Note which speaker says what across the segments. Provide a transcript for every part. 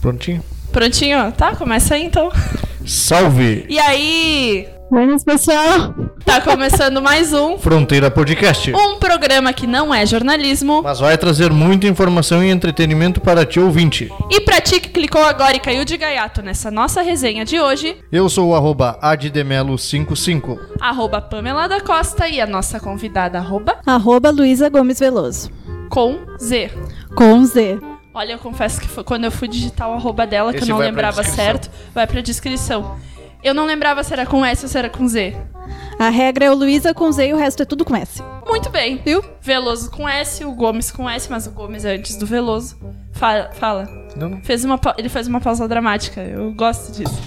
Speaker 1: Prontinho?
Speaker 2: Prontinho? Tá, começa aí então.
Speaker 1: Salve!
Speaker 2: E aí?
Speaker 3: Buenas, pessoal.
Speaker 2: Tá começando mais um.
Speaker 1: Fronteira Podcast.
Speaker 2: Um programa que não é jornalismo.
Speaker 1: Mas vai trazer muita informação e entretenimento para ti ouvinte.
Speaker 2: E pra ti que clicou agora e caiu de gaiato nessa nossa resenha de hoje,
Speaker 1: Eu sou o arroba addemelo55.
Speaker 2: arroba Pamela da Costa e a nossa convidada arroba
Speaker 3: Arroba Luísa Gomes Veloso.
Speaker 2: com Z.
Speaker 3: Com Z.
Speaker 2: Olha, eu confesso que foi quando eu fui digitar o arroba dela, que
Speaker 1: Esse
Speaker 2: eu não
Speaker 1: vai pra
Speaker 2: lembrava
Speaker 1: descrição.
Speaker 2: certo, vai pra descrição. Eu não lembrava se era com S ou se era com Z.
Speaker 3: A regra é o Luísa com Z e o resto é tudo com S.
Speaker 2: Muito bem, viu? Veloso com S, o Gomes com S, mas o Gomes é antes do Veloso. Fala. fala.
Speaker 1: Não, não.
Speaker 2: né? Fez uma, pa- ele fez uma pausa dramática, eu gosto disso.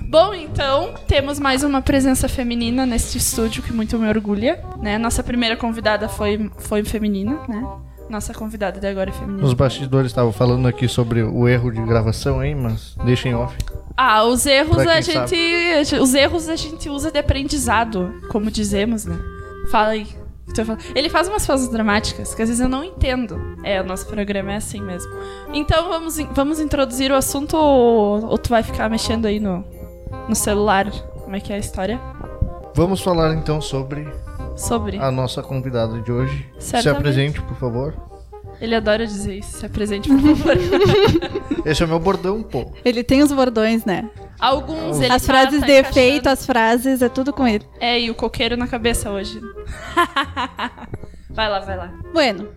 Speaker 2: Bom, então, temos mais uma presença feminina neste estúdio que muito me orgulha, né? Nossa primeira convidada foi, foi feminina, né? Nossa convidada de agora é feminina.
Speaker 1: Os bastidores estavam falando aqui sobre o erro de gravação, hein? Mas deixem off.
Speaker 2: Ah, os erros
Speaker 1: Pra quem
Speaker 2: a gente, a gente- os erros a gente usa de aprendizado, como dizemos, né? Fala aí. o que tu ia falar. Ele faz umas pausas dramáticas que às vezes eu não entendo. É, o nosso programa é assim mesmo. Então vamos, in- vamos introduzir o assunto ou, ou tu vai ficar mexendo aí no, no celular? Como é que é a história?
Speaker 1: Vamos falar então sobre
Speaker 2: Sobre.
Speaker 1: a nossa convidada de hoje. Se
Speaker 2: Certamente.
Speaker 1: apresente, por favor.
Speaker 2: Ele adora dizer isso. Se apresente, por favor.
Speaker 1: Esse é o meu bordão, pô.
Speaker 3: Ele tem os bordões, né?
Speaker 2: Alguns ele
Speaker 3: as
Speaker 2: tá-
Speaker 3: frases
Speaker 2: tá
Speaker 3: de efeito,
Speaker 2: encaixando.
Speaker 3: as frases, é tudo com ele.
Speaker 2: É, e o coqueiro na cabeça hoje. vai lá, vai lá.
Speaker 3: Bueno,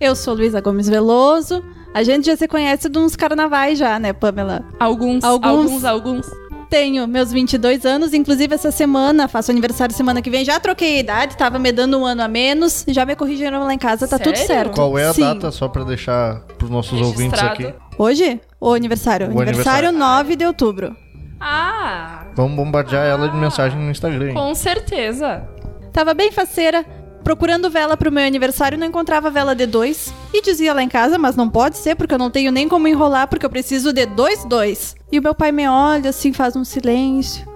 Speaker 3: eu sou Luísa Gomes Veloso. A gente já se conhece de uns carnavais já, né, Pamela?
Speaker 2: Alguns, alguns,
Speaker 3: Alguns.
Speaker 2: alguns.
Speaker 3: Tenho meus 22 anos, inclusive essa semana, faço aniversário semana que vem. Já troquei a idade, tava me dando um ano a menos. Já me corrigiram lá em casa, tá tudo
Speaker 2: Sério?
Speaker 3: certo.
Speaker 1: Qual é a
Speaker 3: Sim.
Speaker 1: data, só pra deixar pros nossos ouvintes
Speaker 2: Registrado.
Speaker 1: aqui?
Speaker 3: Hoje? O aniversário.
Speaker 1: O
Speaker 3: aniversário,
Speaker 1: aniversário.
Speaker 3: 9 de outubro.
Speaker 2: Ah,
Speaker 1: Vamos bombardear ela de mensagem no Instagram. hein?
Speaker 2: com certeza.
Speaker 3: Tava bem faceira, procurando vela pro meu aniversário, não encontrava vela D2. E dizia lá em casa, mas não pode ser, porque eu não tenho nem como enrolar, porque eu preciso de dois dois. E o meu pai me olha assim, faz um silêncio.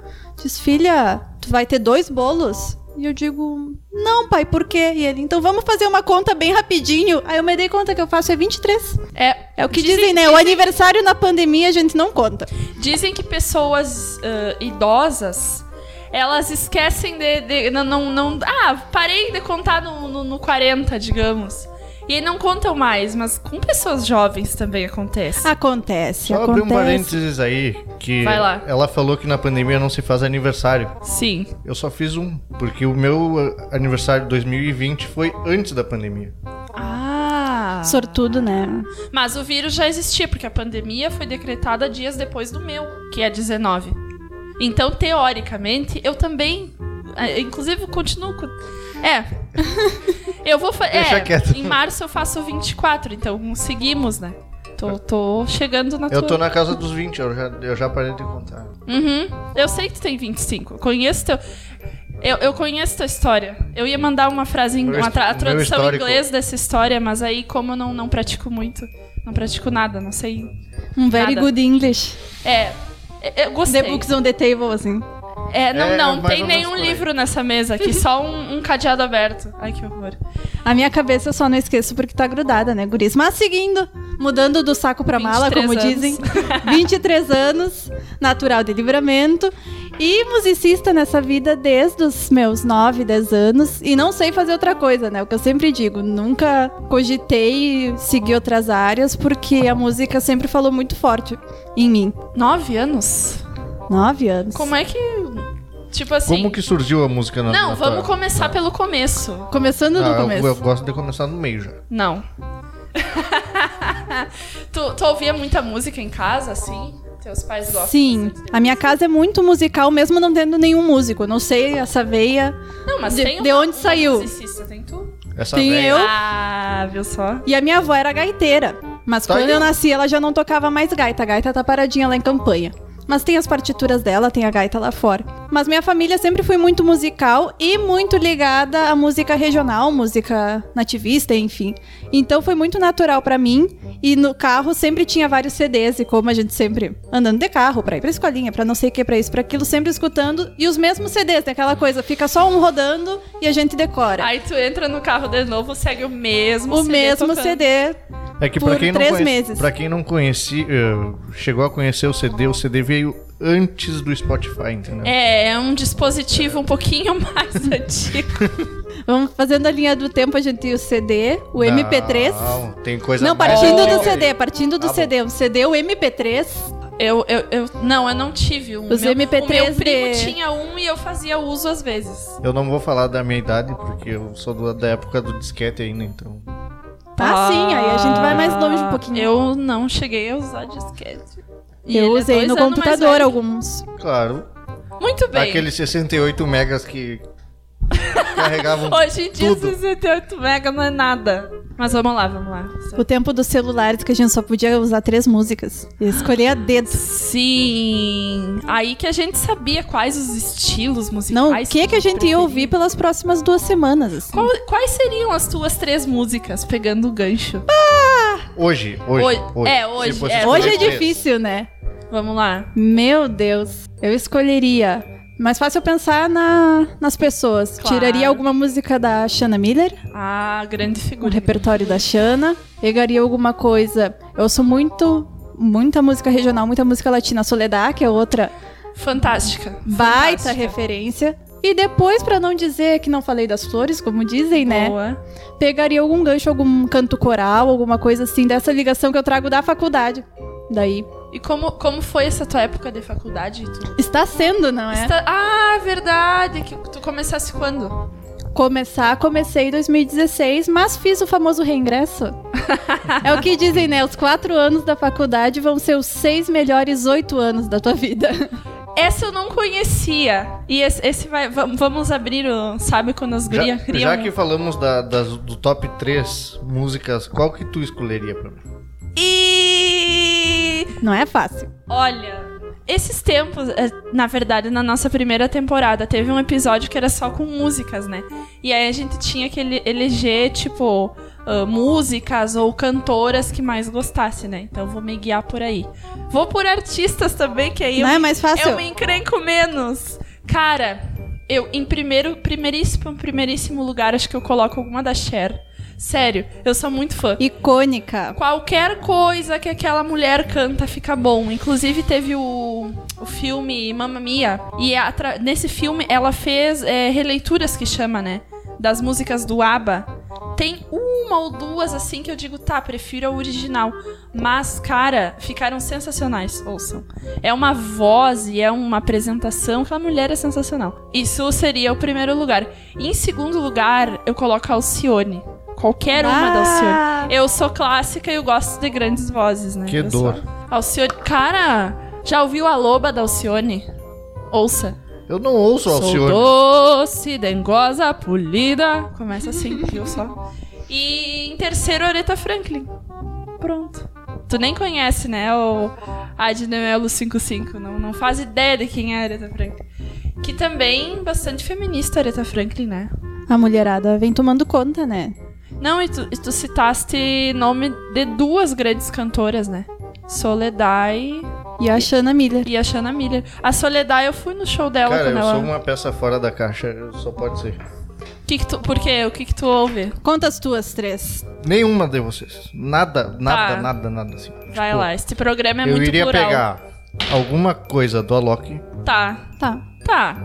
Speaker 3: Diz, filha, tu vai ter dois bolos? E eu digo, não, pai, por quê? E ele, então vamos fazer uma conta bem rapidinho. Aí eu me dei conta que eu faço é 23.
Speaker 2: É,
Speaker 3: É o que dizem, né? O aniversário na pandemia a gente não conta.
Speaker 2: Dizem que pessoas ah, idosas, elas esquecem de... de- não, não, não- ah, parei de contar no, no, no 40, digamos. E aí não contam mais, mas com pessoas jovens também acontece.
Speaker 3: Ah. Acontece,
Speaker 1: Só abrir um
Speaker 3: acontece.
Speaker 1: parênteses aí, que
Speaker 2: Vai lá.
Speaker 1: ela falou que na pandemia não se faz aniversário.
Speaker 2: Sim.
Speaker 1: Eu só fiz um, porque o meu eh, aniversário de 2020 foi antes da pandemia.
Speaker 2: Ah.
Speaker 3: Sortudo, né?
Speaker 2: Mas o vírus já existia, porque a pandemia foi decretada dias depois do meu, que é 19. Então, teoricamente, eu também. eh, Inclusive, eu continuo com. É. eu vou fazer.
Speaker 1: Deixa
Speaker 2: É,
Speaker 1: quieto.
Speaker 2: em março eu faço 24, então seguimos, né? Tô, tô chegando na
Speaker 1: Eu
Speaker 2: tua.
Speaker 1: tô na casa dos 20, eu já, eu já parei de contar.
Speaker 2: Uhum. Eu sei que tu tem 25. Eu conheço teu. Eu, eu conheço tua história. Eu ia mandar uma frase, em,
Speaker 1: Meu
Speaker 2: uma tra- a
Speaker 1: histó- meu
Speaker 2: tradução em
Speaker 1: histórico.
Speaker 2: inglês dessa história, mas aí, como eu não, não pratico muito, não pratico nada, não sei.
Speaker 3: Um very
Speaker 2: Nada.
Speaker 3: good English.
Speaker 2: É. é, Eu
Speaker 3: The
Speaker 2: gostei.
Speaker 3: books on the table, assim.
Speaker 2: É, não,
Speaker 1: É,
Speaker 2: não,
Speaker 1: mais
Speaker 2: tem
Speaker 1: ou menos
Speaker 2: nenhum
Speaker 1: por aí.
Speaker 2: livro nessa mesa aqui, só um, um cadeado aberto. Ai, que horror.
Speaker 3: A minha cabeça eu só não esqueço porque tá grudada, né, guris? Mas seguindo, mudando do saco pra mala, como
Speaker 2: 23
Speaker 3: dizem. 23 anos, natural de livramento. E musicista nessa vida desde os meus 9, 10 anos. E não sei fazer outra coisa, né? O que eu sempre digo, nunca cogitei seguir outras áreas porque a música sempre falou muito forte em mim.
Speaker 2: Nove anos?
Speaker 3: 9 anos.
Speaker 2: Como é que. Tipo assim.
Speaker 1: Como que é? tá. surgiu a música na
Speaker 2: Não,
Speaker 1: na
Speaker 2: vamos
Speaker 1: tua...
Speaker 2: começar pelo começo.
Speaker 3: é? Começando
Speaker 1: Ah,
Speaker 3: do
Speaker 1: eu-
Speaker 3: começo.
Speaker 1: Eu, gosto de começar no meio já.
Speaker 2: Não. tu, tu ouvia muita música em casa, assim? Teus pais gostam?
Speaker 3: Sim,
Speaker 2: bastante de-
Speaker 3: a minha casa é muito musical, mesmo não tendo nenhum músico. Não sei essa veia.
Speaker 2: Não, mas
Speaker 3: de-
Speaker 2: tem
Speaker 3: de
Speaker 2: uma-
Speaker 3: onde
Speaker 2: uma
Speaker 3: saiu?
Speaker 2: musicista, tem tu?
Speaker 1: Essa
Speaker 3: Sim,
Speaker 1: véia-
Speaker 3: Eu?
Speaker 2: Ah, viu só?
Speaker 3: E a minha avó era gaiteira, mas
Speaker 1: Tá
Speaker 3: quando
Speaker 1: aí.
Speaker 3: eu nasci ela já não tocava mais gaita. A gaita tá paradinha lá em campanha. Mas tem as partituras dela, tem a gaita lá fora. Mas minha família sempre foi muito musical e muito ligada à música regional, música nativista, enfim. Então foi muito natural pra mim. E no carro sempre tinha vários CDs, e como a gente sempre andando de carro, pra ir pra escolinha, pra não sei o que, pra isso, pra aquilo, sempre escutando. E os mesmos CDs, né? Aquela coisa, fica só um rodando e a gente decora
Speaker 2: Aí tu entra no carro de novo, segue o Ah, mesmo
Speaker 3: o
Speaker 2: CD
Speaker 3: mesmo
Speaker 2: tocando.
Speaker 3: CD
Speaker 1: É que
Speaker 3: Por
Speaker 1: pra quem não
Speaker 3: três
Speaker 1: conhece,
Speaker 3: meses.
Speaker 1: Pra quem não conhecia, eh, chegou a conhecer o CD, o CD veio antes do Spotify, entendeu?
Speaker 2: É, é um dispositivo um pouquinho mais antigo.
Speaker 3: Vamos fazendo a linha do tempo, a gente tem o CD, o MP3.
Speaker 1: Não, tem coisa
Speaker 3: Não,
Speaker 1: mais
Speaker 3: partindo
Speaker 1: antiga
Speaker 3: do
Speaker 1: que-
Speaker 3: CD, partindo do
Speaker 1: Ah, bom.
Speaker 3: CD. O CD, o MP3.
Speaker 2: Eu, eu, eu, não, eu não tive um.
Speaker 3: Os
Speaker 2: meu, o
Speaker 3: MP3
Speaker 2: meu primo
Speaker 3: de-
Speaker 2: tinha um e eu fazia uso às vezes.
Speaker 1: Eu não vou falar da minha idade, porque eu sou do- da época do disquete ainda, então.
Speaker 3: Ah, sim, aí a gente vai mais longe um pouquinho.
Speaker 2: Eu não cheguei a usar disquete. E
Speaker 3: Eu
Speaker 2: ele é
Speaker 3: usei
Speaker 2: dois
Speaker 3: no
Speaker 2: anos mais
Speaker 3: computador
Speaker 2: velho.
Speaker 3: alguns.
Speaker 1: Claro.
Speaker 2: Muito bem.
Speaker 1: Aqueles 68 megas que carregavam.
Speaker 2: Hoje em dia,
Speaker 1: Tudo.
Speaker 2: 68 mega não é nada. Mas vamos lá, vamos lá.
Speaker 3: O tempo dos celulares que a gente só podia usar três músicas. E escolher a dedo.
Speaker 2: Sim. Aí que a gente sabia quais os estilos musicais.
Speaker 3: Não, o que, que a gente ia ouvir pelas próximas duas semanas? assim?
Speaker 2: Qual- quais seriam as tuas três músicas pegando o gancho?
Speaker 1: Hoje, hoje,
Speaker 2: Hoje-
Speaker 1: hoje.
Speaker 2: é,
Speaker 1: Se
Speaker 2: hoje,
Speaker 1: fosse
Speaker 2: é.
Speaker 1: escolher
Speaker 3: Hoje é
Speaker 1: três.
Speaker 3: difícil, né?
Speaker 2: Vamos lá.
Speaker 3: Meu Deus. Eu escolheria. Mais fácil pensar na- nas pessoas.
Speaker 2: Claro.
Speaker 3: Tiraria alguma música da Shanna Miller,
Speaker 2: Ah, grande
Speaker 3: o
Speaker 2: figura.
Speaker 3: repertório da Shanna. Pegaria alguma coisa. Eu sou muito. Muita música regional, muita música latina. Soledad, que é outra
Speaker 2: Fantástica.
Speaker 3: baita
Speaker 2: Fantástica.
Speaker 3: referência. E depois, pra não dizer que não falei das flores, como dizem, né?
Speaker 2: Boa.
Speaker 3: pegaria algum gancho, algum canto coral, alguma coisa assim, dessa ligação que eu trago da faculdade. Daí.
Speaker 2: E como, como foi essa tua época de faculdade? Tu...
Speaker 3: Está sendo, não é?
Speaker 2: Está- Ah, verdade. Que tu começasse quando?
Speaker 3: Começar, comecei em 2016, mas fiz o famoso reingresso. é o que dizem, né? Os quatro anos da faculdade vão ser os seis melhores oito anos da tua vida.
Speaker 2: Essa eu não conhecia. E esse, esse vai. va- Vamos abrir o. Sabe quando as
Speaker 1: Já,
Speaker 2: gurias criam.
Speaker 1: já
Speaker 3: um.
Speaker 1: que falamos da- das, do top 3 músicas, qual que tu escolheria pra mim?
Speaker 2: E.
Speaker 3: Não é fácil.
Speaker 2: Olha, esses tempos, eh, na verdade, na nossa primeira temporada, teve um episódio que era só com músicas, né? E aí a gente tinha que ele- eleger, tipo, ah, músicas ou cantoras que mais gostasse, né? Então eu vou me guiar por aí. Vou por artistas também, que aí eu
Speaker 3: não é mais fácil?
Speaker 2: eu me encrenco menos. Cara, eu em primeiro, primeiríssimo, primeiríssimo lugar, acho que eu coloco alguma da Cher. Sério, eu sou muito fã.
Speaker 3: Icônica.
Speaker 2: Qualquer coisa que aquela mulher canta fica bom. Inclusive teve o, o filme Mamma Mia. E a tra- nesse filme ela fez é, releituras que chama, né? Das músicas do ABBA. Tem uma ou duas assim que eu digo, tá, prefiro a original. Mas, cara, ficaram sensacionais. Ouçam. É uma voz e é uma apresentação. Aquela mulher é sensacional. Isso seria o primeiro lugar. em segundo lugar, eu coloco a Alcione. Qualquer uma da Alcione.
Speaker 3: Ah,
Speaker 2: Eu sou clássica e eu gosto de grandes vozes, né?
Speaker 1: Que
Speaker 2: Eu
Speaker 1: dor.
Speaker 2: sou- Alcione. Cara, já ouviu a loba da Alcione? Ouça.
Speaker 1: Eu não ouço
Speaker 2: Sou
Speaker 1: Alcione.
Speaker 2: doce, dengosa, polida. Começa assim, viu só? E em terceiro, Aretha Franklin. Pronto. Tu nem conhece, né? O Adne Melo 55. Não, não faz ideia de quem é a Aretha Franklin. Que também bastante feminista, a Aretha Franklin, né?
Speaker 3: A mulherada vem tomando conta, né?
Speaker 2: Não, e tu, e tu citaste nome de duas grandes cantoras, né? Soledad
Speaker 3: E a Shanna Miller.
Speaker 2: e a Shanna Miller. A Soledad, eu fui no show
Speaker 3: é
Speaker 2: dela
Speaker 1: Cara,
Speaker 2: quando
Speaker 1: eu
Speaker 2: ela...
Speaker 1: sou uma peça fora da caixa, eu só pode ser.
Speaker 2: Que que tu... Por quê? O que que tu ouve?
Speaker 3: Conta as tuas três.
Speaker 1: Nenhuma de vocês. Nada, nada,
Speaker 2: Tá.
Speaker 1: nada, nada assim.
Speaker 2: Vai lá, este programa é
Speaker 1: eu
Speaker 2: muito
Speaker 1: iria
Speaker 2: plural.
Speaker 1: pegar alguma coisa do Alok.
Speaker 2: Tá,
Speaker 3: Tá.
Speaker 2: tá.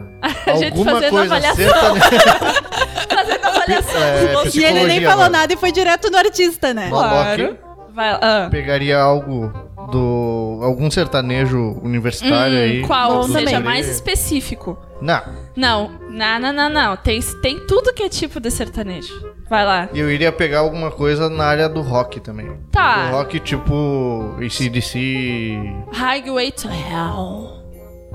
Speaker 2: A gente
Speaker 1: alguma
Speaker 2: fazendo
Speaker 1: coisa
Speaker 2: avaliação,
Speaker 1: sertaneja-
Speaker 2: fazendo avaliação.
Speaker 1: É,
Speaker 2: Vamos-
Speaker 3: E ele nem
Speaker 1: Psicologia
Speaker 3: falou
Speaker 1: agora.
Speaker 3: nada e foi direto no artista, né?
Speaker 1: Bom. Alok.
Speaker 2: Vai, ah.
Speaker 1: Pegaria algo do. algum sertanejo universitário aí.
Speaker 2: Hum, qual?
Speaker 3: Bom
Speaker 2: Seja
Speaker 3: também.
Speaker 2: mais específico.
Speaker 1: Não,
Speaker 2: Não, não, não, não, não. Tem, tem tudo que é tipo de sertanejo. Vai lá.
Speaker 1: eu iria pegar alguma coisa na área do rock também.
Speaker 2: Tá.
Speaker 1: Do rock tipo ACDC.
Speaker 2: Highway to Hell.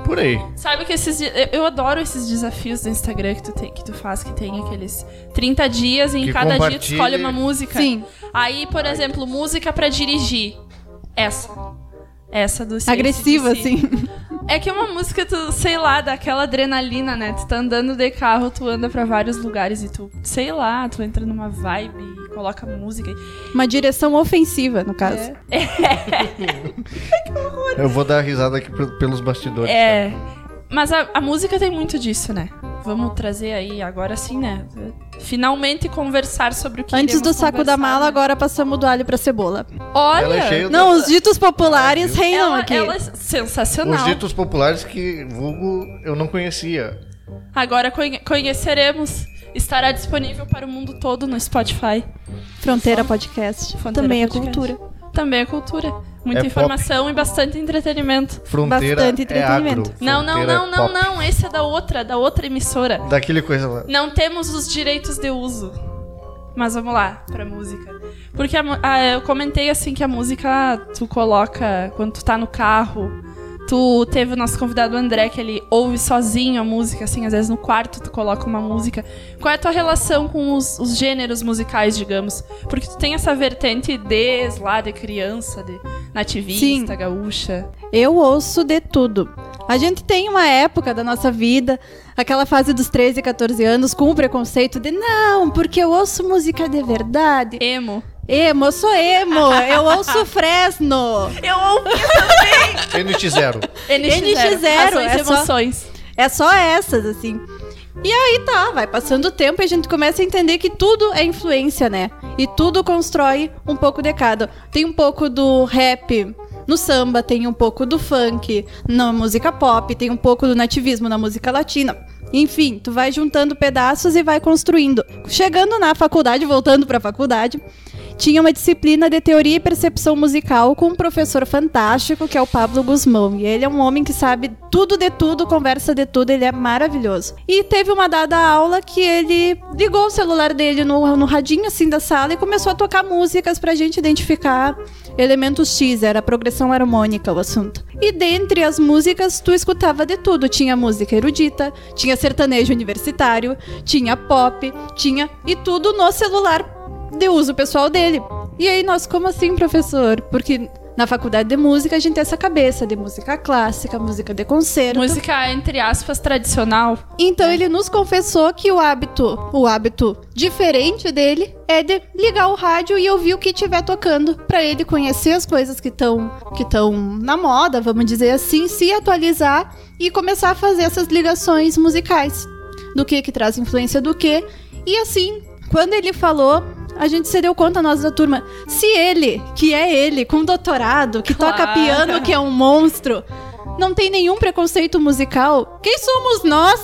Speaker 1: Por aí.
Speaker 2: Sabe que esses di- eu- eu adoro esses desafios do Instagram que tu tem, que tu faz que tem aqueles 30 dias e em
Speaker 1: Que
Speaker 2: cada dia tu
Speaker 1: compartilhe.
Speaker 2: escolhe uma música.
Speaker 3: Sim.
Speaker 2: Aí, por exemplo, música pra dirigir. Essa. Essa do CCC.
Speaker 3: agressiva, assim.
Speaker 2: É que é uma música, tu, sei lá, daquela adrenalina, né? Tu tá andando de carro, tu anda pra vários lugares e tu, sei lá, tu entra numa vibe e coloca música.
Speaker 3: Uma direção ofensiva, no
Speaker 2: É,
Speaker 3: caso.
Speaker 1: Eu vou dar risada aqui pe- pelos bastidores. É.
Speaker 2: É. Mas a, a música tem muito disso, né? Vamos trazer aí agora sim, né? Finalmente conversar sobre o que
Speaker 3: Antes do
Speaker 2: iremos
Speaker 3: saco da
Speaker 2: conversar,
Speaker 3: mala,
Speaker 2: né?
Speaker 3: agora passamos do alho pra cebola.
Speaker 1: Ela é
Speaker 2: Olha,
Speaker 1: cheia
Speaker 3: Não, os ditos populares reinam
Speaker 2: ela,
Speaker 3: aqui.
Speaker 2: ela é
Speaker 1: Os
Speaker 2: sensacional.
Speaker 1: ditos populares que vulgo eu não conhecia.
Speaker 2: Agora conhe- conheceremos. Estará disponível para o mundo todo no Spotify.
Speaker 3: Fronteira Podcast.
Speaker 2: Fronteira
Speaker 3: Também
Speaker 2: Podcast.
Speaker 3: é cultura.
Speaker 2: Também é cultura. Muita
Speaker 1: É pop.
Speaker 2: informação e bastante entretenimento.
Speaker 1: Fronteira
Speaker 3: Bastante
Speaker 1: é agro.
Speaker 3: entretenimento.
Speaker 2: Não, não,
Speaker 1: fronteira
Speaker 2: não,
Speaker 1: é
Speaker 2: não,
Speaker 1: pop.
Speaker 2: não. Esse é da outra, da outra emissora.
Speaker 1: Daquele coisa lá.
Speaker 2: Não temos os direitos de uso. Mas vamos lá pra música. Porque a mu- ah, eu comentei assim que a música tu coloca quando tu tá no carro. Tu teve o nosso convidado André, que ele ouve sozinho a música, assim, às vezes no quarto tu coloca uma música. Qual é a tua relação com os, os gêneros musicais, digamos? Porque tu tem essa vertente desde lá de criança, de nativista,
Speaker 3: Sim.
Speaker 2: gaúcha.
Speaker 3: Eu ouço de tudo. A gente tem uma época da nossa vida, aquela fase dos 13, 14 anos, com o preconceito de não, porque eu ouço música de verdade.
Speaker 2: Emo.
Speaker 3: Emo, eu sou emo, eu ouço Fresno.
Speaker 2: Eu ouvi
Speaker 1: NX0.
Speaker 2: NX0.
Speaker 3: NX0,
Speaker 2: Ações
Speaker 3: é
Speaker 2: e
Speaker 3: só-
Speaker 2: emoções.
Speaker 3: É só essas, assim. E aí tá, vai passando o tempo e a gente começa a entender que tudo é influência, né? E tudo constrói um pouco de cada. Tem um pouco do rap no samba, tem um pouco do funk na música pop, tem um pouco do nativismo na música latina. Enfim, tu vai juntando pedaços e vai construindo. Chegando na faculdade, voltando pra faculdade, tinha uma disciplina de teoria e percepção musical com um professor fantástico, que é o Pablo Guzmão. E ele é um homem que sabe tudo de tudo, conversa de tudo, ele é maravilhoso. E teve uma dada aula que ele ligou o celular dele no, no radinho assim da sala e começou a tocar músicas pra gente identificar elementos X, era progressão harmônica o assunto. E dentre as músicas, tu escutava de tudo. Tinha música erudita, tinha sertanejo universitário, tinha pop, tinha. E tudo no celular de uso pessoal dele. E aí nós, como assim, professor? Porque na faculdade de música a gente tem essa cabeça de música clássica, música de concerto.
Speaker 2: Música, entre aspas, tradicional.
Speaker 3: Então ele nos confessou que o hábito, o hábito diferente dele é de ligar o rádio e ouvir o que estiver tocando Pra ele conhecer as coisas que estão que estão na moda, vamos dizer assim, se atualizar e começar a fazer essas ligações musicais do que que traz influência do que e assim quando ele falou a gente se deu conta nós da turma se ele que é ele com doutorado que toca
Speaker 2: Claro.
Speaker 3: piano que é um monstro não tem nenhum preconceito musical. Quem somos nós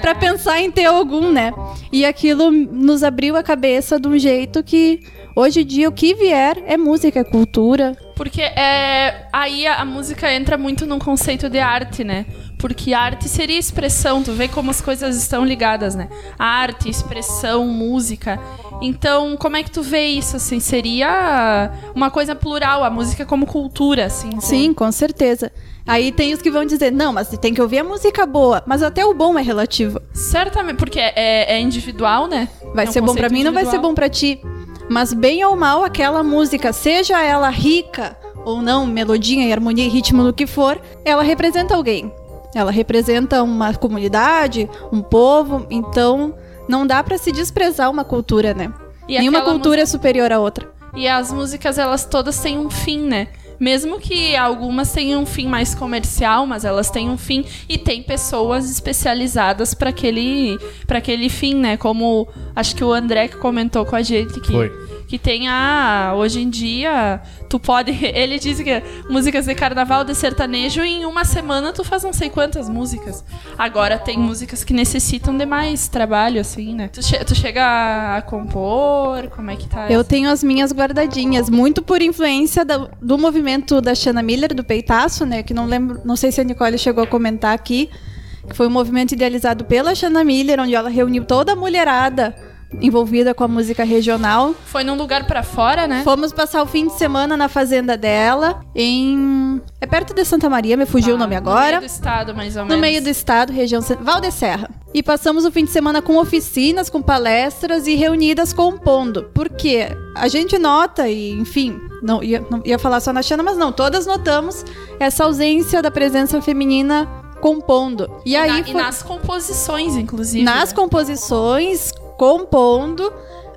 Speaker 3: pra pensar em ter algum, né? E aquilo nos abriu a cabeça de um jeito que hoje em dia o que vier é música, é cultura.
Speaker 2: Porque é, aí a, a música entra muito num conceito de arte, né? Porque arte seria expressão, tu vê como as coisas estão ligadas, né? Arte, expressão, música. Então, como é que tu vê isso, assim? Seria uma coisa plural, a música como cultura, assim. tu-
Speaker 3: Sim, com certeza. Aí tem os que vão dizer, não, mas tem que ouvir a música boa, mas até o bom é relativo.
Speaker 2: Certamente, porque é, é individual, né?
Speaker 3: Vai
Speaker 2: É um
Speaker 3: ser bom pra
Speaker 2: conceito
Speaker 3: mim, não vai ser
Speaker 2: individual.
Speaker 3: bom pra ti. Mas bem ou mal aquela música, seja ela rica ou não, melodinha e harmonia e ritmo do que for, ela representa alguém. Ela representa uma comunidade, um povo, então não dá pra se desprezar uma cultura, né?
Speaker 2: E
Speaker 3: Nenhuma
Speaker 2: aquela
Speaker 3: cultura é superior à outra.
Speaker 2: E as músicas, elas todas têm um fim, né? Mesmo que algumas tenham um fim mais comercial, mas elas têm um fim e tem pessoas especializadas para aquele, pra aquele fim, né? Como acho que o André que comentou com a gente que
Speaker 1: Foi.
Speaker 2: que tem a hoje em dia, tu pode, ele diz que músicas de carnaval, de sertanejo e em uma semana tu faz não sei quantas músicas. Agora tem músicas que necessitam de mais trabalho assim, né? Tu, che- tu chega a compor, como é que tá?
Speaker 3: Eu tenho as minhas guardadinhas, muito por influência da- do, movimento da Shanna Miller, do peitaço, né? Que não lembro, não sei se a Nicole chegou a comentar aqui, que foi um movimento idealizado pela Shanna Miller, onde ela reuniu toda a mulherada envolvida com a música regional.
Speaker 2: Foi num lugar pra fora, né?
Speaker 3: Fomos passar o fim de semana na fazenda dela, em. É perto de Santa Maria, me fugiu o nome
Speaker 2: Ah, No meio
Speaker 3: agora.
Speaker 2: do estado, mais ou
Speaker 3: No
Speaker 2: menos.
Speaker 3: meio do estado, região cen- Val de Serra. E passamos o fim de semana com oficinas, com palestras e reunidas compondo. Porque a gente nota, e enfim, não ia, não ia falar só na Xana, mas não, todas notamos essa ausência da presença feminina compondo. E,
Speaker 2: E, na-
Speaker 3: aí
Speaker 2: e
Speaker 3: foi
Speaker 2: né? nas composições, inclusive.
Speaker 3: nas composições, compondo.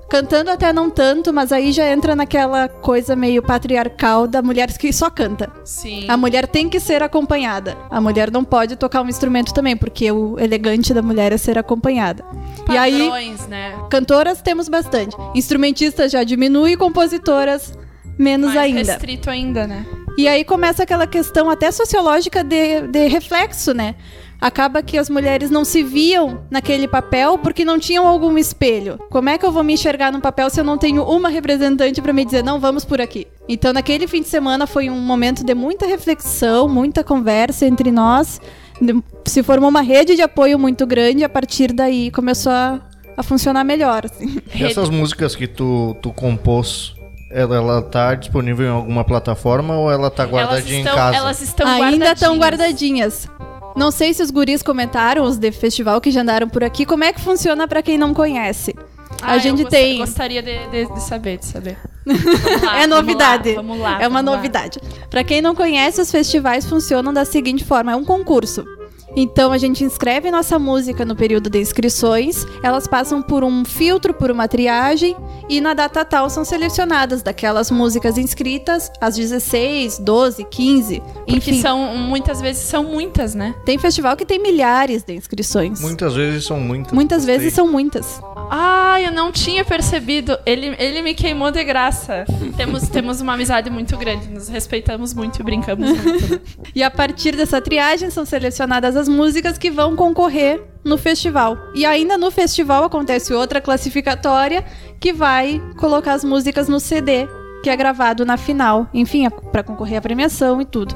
Speaker 3: Cantando até não tanto, mas aí já entra naquela coisa meio patriarcal da mulher que só canta.
Speaker 2: Sim.
Speaker 3: A mulher tem que ser acompanhada. A mulher não pode tocar um instrumento também, porque o elegante da mulher é ser acompanhada. E aí,
Speaker 2: Padrões, né?
Speaker 3: cantoras temos bastante. Instrumentistas já diminui, compositoras menos
Speaker 2: Mais
Speaker 3: ainda.
Speaker 2: restrito ainda, né?
Speaker 3: E aí começa aquela questão até sociológica de, de reflexo, né? Acaba que as mulheres não se viam naquele papel porque não tinham algum espelho. Como é que eu vou me enxergar num papel se eu não tenho uma representante para me dizer, não, vamos por aqui? Então, naquele fim de semana foi um momento de muita reflexão, muita conversa entre nós. De- Se formou uma rede de apoio muito grande e a partir daí começou a, a funcionar melhor. assim.
Speaker 1: E essas músicas que tu, tu compôs, ela, ela tá disponível em alguma plataforma ou ela tá guardadinha
Speaker 2: elas estão,
Speaker 1: em casa?
Speaker 2: Elas estão
Speaker 3: Ainda estão
Speaker 2: guardadinhas.
Speaker 3: guardadinhas. Não sei se os guris comentaram, os de festival que já andaram por aqui, como é que funciona pra quem não conhece.
Speaker 2: Ah,
Speaker 3: a
Speaker 2: eu
Speaker 3: gente
Speaker 2: gost-
Speaker 3: tem.
Speaker 2: Gostaria de, de- de saber, de saber. Vamos lá, vamos
Speaker 3: É
Speaker 2: lá,
Speaker 3: novidade.
Speaker 2: Vamos lá.
Speaker 3: é uma
Speaker 2: Ah, vamos lá.
Speaker 3: novidade. Pra quem não conhece, os festivais funcionam da seguinte forma: é um concurso. Então a gente inscreve nossa música no período de inscrições, elas passam por um filtro, por uma triagem e na data tal são selecionadas daquelas músicas inscritas, as 16, 12, 15,
Speaker 2: Porque
Speaker 3: enfim.
Speaker 2: são, muitas vezes são muitas, né?
Speaker 3: Tem festival que tem milhares de inscrições.
Speaker 1: Muitas vezes são muitas.
Speaker 3: Muitas
Speaker 1: Sei.
Speaker 3: vezes são muitas.
Speaker 2: Ah, eu não tinha percebido. Ele, ele me queimou de graça. Temos, temos uma amizade muito grande, nos respeitamos muito e brincamos muito. né?
Speaker 3: E a partir dessa triagem são selecionadas as músicas que vão concorrer no festival. E ainda no festival acontece outra classificatória que vai colocar as músicas no CD, que é gravado na final, enfim, para concorrer à premiação e tudo.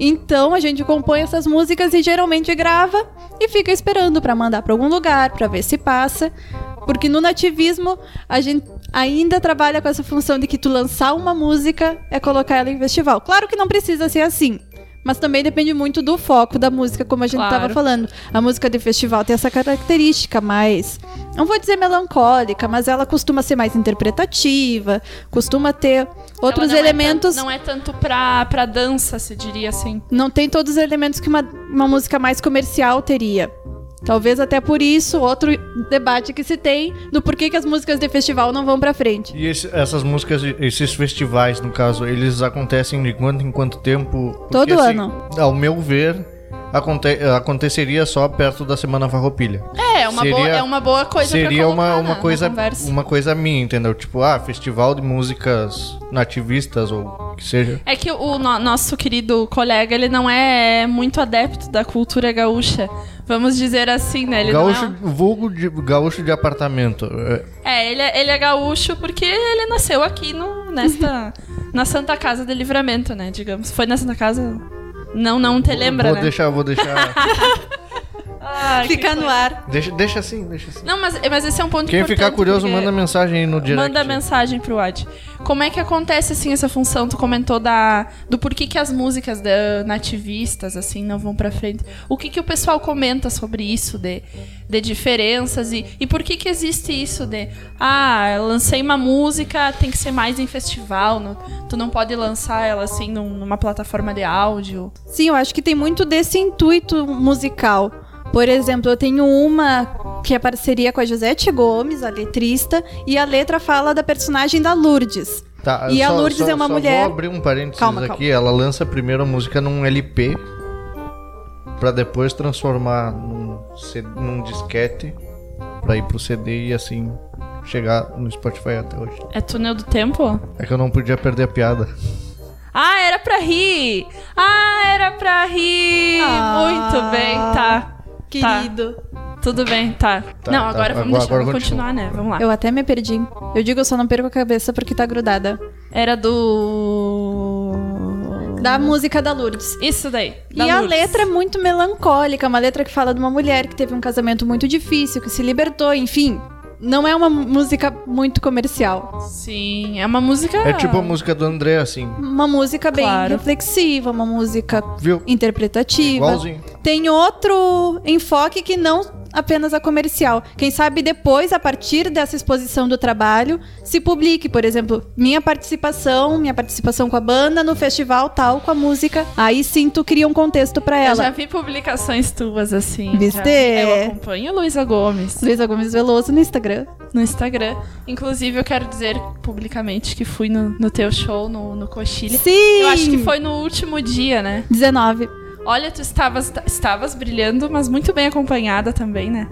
Speaker 3: Então a gente compõe essas músicas e geralmente grava e fica esperando para mandar para algum lugar, para ver se passa. Porque no nativismo a gente ainda trabalha com essa função de que tu lançar uma música é colocar ela em festival. Claro que não precisa ser assim, mas também depende muito do foco da música, como a gente
Speaker 2: Claro.
Speaker 3: estava falando. A música de festival tem essa característica mais, não vou dizer melancólica, mas ela costuma ser mais interpretativa, costuma ter outros
Speaker 2: Ela não é
Speaker 3: elementos.
Speaker 2: tan- não é tanto pra, pra dança, se diria assim.
Speaker 3: não tem todos os elementos que uma, uma música mais comercial teria. Talvez até por isso, outro debate que se tem do porquê que as músicas de festival não vão pra frente.
Speaker 1: E esse- essas músicas, esses festivais, no caso, eles acontecem de quanto em quanto tempo? assim,
Speaker 3: Todo ano.
Speaker 1: Ao meu ver, aconte- aconteceria só perto da Semana Farroupilha.
Speaker 2: É, é uma,
Speaker 1: Seria-
Speaker 2: boa, é uma boa coisa pra
Speaker 1: Seria
Speaker 2: colocar
Speaker 1: uma,
Speaker 2: na-
Speaker 1: uma
Speaker 2: na
Speaker 1: coisa um
Speaker 2: conversa.
Speaker 1: uma coisa minha, entendeu? Tipo, ah, festival de músicas nativistas ou o que seja.
Speaker 2: É que o no- nosso querido colega, ele não é muito adepto da cultura gaúcha. Vamos dizer assim, né? Ele não é
Speaker 1: gaúcho, vulgo de gaúcho de apartamento. É,
Speaker 2: É, ele é, ele é gaúcho porque ele nasceu aqui no, nesta, na Santa Casa de Livramento, né? Digamos. Foi na Santa Casa? Não, não te lembra,
Speaker 1: vou
Speaker 2: né?
Speaker 1: deixar, vou deixar.
Speaker 2: Ah, que
Speaker 3: Fica no
Speaker 2: coisa.
Speaker 3: ar.
Speaker 1: deixa, deixa assim, deixa assim.
Speaker 2: Não, mas, mas esse é um ponto
Speaker 1: Quem
Speaker 2: importante.
Speaker 1: ficar curioso,
Speaker 2: porque
Speaker 1: manda mensagem aí no direct.
Speaker 2: Manda mensagem pro Ad. Como é que acontece, assim, essa função? Tu comentou da, do porquê que as músicas da- nativistas, assim, não vão pra frente. O que que o pessoal comenta sobre isso, de, de diferenças? E, e por que que existe isso de... Ah, eu lancei uma música, tem que ser mais em festival. não- tu não pode lançar ela, assim, num- numa plataforma de áudio.
Speaker 3: Sim, eu acho que tem muito desse intuito musical. Por exemplo, eu tenho uma que é parceria com a Josete Gomes, a letrista, e a letra fala da personagem da Lourdes.
Speaker 1: Tá,
Speaker 3: E
Speaker 1: eu
Speaker 3: a
Speaker 1: só-
Speaker 3: Lourdes
Speaker 1: só-
Speaker 3: é uma
Speaker 1: só
Speaker 3: mulher-
Speaker 1: Vou abrir um parênteses
Speaker 3: Calma,
Speaker 1: aqui. Ela lança primeiro a música num LP pra depois transformar num, C- num disquete pra ir pro CD e assim chegar no Spotify até hoje.
Speaker 2: É túnel do tempo?
Speaker 1: É que eu não podia perder a piada.
Speaker 2: Ah, era pra rir! Ah, era pra rir!
Speaker 3: Ah.
Speaker 2: Muito bem, tá.
Speaker 3: Querido.
Speaker 2: Tudo bem, tá.
Speaker 1: Tá,
Speaker 2: não,
Speaker 1: tá.
Speaker 2: agora vamos
Speaker 1: Agora-
Speaker 2: deixar,
Speaker 1: agora
Speaker 2: vamos
Speaker 1: continua.
Speaker 2: continuar, né? Vamos lá.
Speaker 3: Eu até me perdi. Eu digo, eu só não perco a cabeça porque tá grudada.
Speaker 2: Era do.
Speaker 3: Da música da Lourdes.
Speaker 2: Isso daí.
Speaker 3: E a letra é muito melancólica, uma letra que fala de uma mulher que teve um casamento muito difícil, que se libertou, enfim. Não é uma música muito comercial.
Speaker 2: Sim, é uma música.
Speaker 3: Ah.
Speaker 1: É tipo a música do André, assim.
Speaker 3: Uma música bem
Speaker 2: Claro.
Speaker 3: reflexiva, uma música
Speaker 1: Viu?
Speaker 3: interpretativa.
Speaker 1: Igualzinho.
Speaker 3: Tem outro enfoque que não apenas a comercial. Quem sabe depois, a partir dessa exposição do trabalho, se publique, por exemplo, minha participação, minha participação com a banda no festival tal, com a música. Aí sim tu cria um contexto pra
Speaker 2: Eu já
Speaker 3: ela.
Speaker 2: vi publicações tuas assim.
Speaker 3: Viste?
Speaker 2: já vi. Eu acompanho Luísa Gomes
Speaker 3: Luísa Gomes Veloso no Instagram.
Speaker 2: no Instagram. Inclusive, eu quero dizer publicamente que fui no, no teu show no, no Cochilha.
Speaker 3: Sim!
Speaker 2: Eu acho que foi no último dia, né?
Speaker 3: 19.
Speaker 2: Olha, tu estavas, ta- estavas brilhando, mas muito bem acompanhada também, né?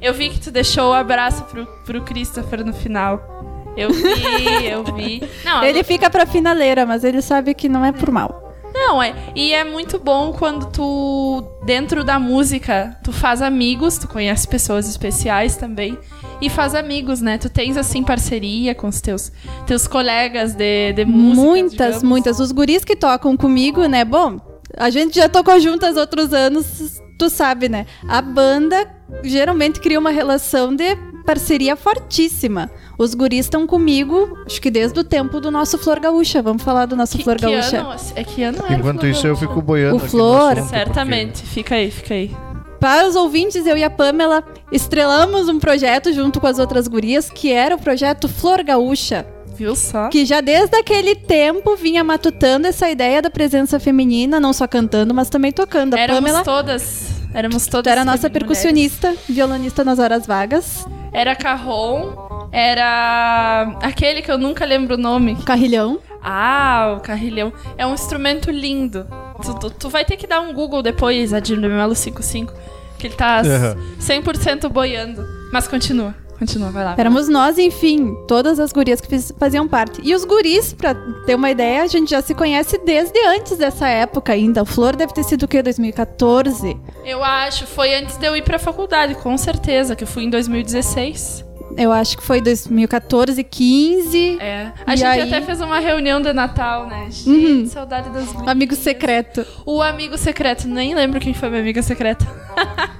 Speaker 2: Eu vi que tu deixou o abraço pro, pro Christopher no final. Eu vi, eu vi. Não,
Speaker 3: Ele fica pra finaleira, mas ele sabe que não é por mal.
Speaker 2: Não, é. E é muito bom quando tu, dentro da música, tu faz amigos, tu conhece pessoas especiais também. E faz amigos, né? Tu tens, assim, parceria com os teus, teus colegas de, de música.
Speaker 3: muitas,
Speaker 2: digamos.
Speaker 3: muitas. Os guris que tocam comigo, né? Bom, a gente já tocou juntas outros anos, tu sabe, né? A banda geralmente cria uma relação de parceria fortíssima. Os guris estão comigo, acho que desde o tempo do nosso Flor Gaúcha. Vamos falar do nosso
Speaker 2: Que,
Speaker 3: Flor
Speaker 2: que
Speaker 3: Gaúcha.
Speaker 2: ano, é que ano era
Speaker 1: Enquanto
Speaker 2: Flor
Speaker 1: isso, eu
Speaker 2: Gaúcha?
Speaker 1: fico boiando.
Speaker 3: Ah, O
Speaker 1: aqui no
Speaker 3: Flor.
Speaker 1: assunto, porque
Speaker 2: Certamente. Fica aí, fica aí.
Speaker 3: Para os ouvintes, eu e a Pamela estrelamos um projeto junto com as outras gurias, que era o projeto Flor Gaúcha.
Speaker 2: Viu só?
Speaker 3: que já desde aquele tempo vinha matutando essa ideia da presença feminina, não só cantando, mas também tocando. A
Speaker 2: éramos
Speaker 3: Pamela
Speaker 2: todas... Éramos todas...
Speaker 3: era a nossa
Speaker 2: mulheres.
Speaker 3: percussionista, violonista nas horas vagas,
Speaker 2: Era Carron, era aquele que eu nunca lembro o nome,
Speaker 3: carrilhão.
Speaker 2: Ah, o carrilhão. É um instrumento lindo. Tu, tu- tu vai ter que dar um Google depois, Adir do Melo 55, que ele tá s- 100% boiando. Mas continua, continua, vai lá.
Speaker 3: Éramos nós, enfim, todas as gurias que fiz- faziam parte. E os guris, pra ter uma ideia, a gente já se conhece desde antes dessa época ainda. O Flor deve ter sido o quê? 2014?
Speaker 2: Eu acho, foi antes de eu ir pra faculdade, com certeza, que eu fui em 2016.
Speaker 3: Eu acho que foi 2014, 15.
Speaker 2: É. A
Speaker 3: E
Speaker 2: gente
Speaker 3: aí?
Speaker 2: até fez uma reunião de Natal, né? Gente,
Speaker 3: Uhum.
Speaker 2: saudade das gurias.
Speaker 3: Amigo secreto.
Speaker 2: O amigo secreto, nem lembro quem foi minha amiga secreta.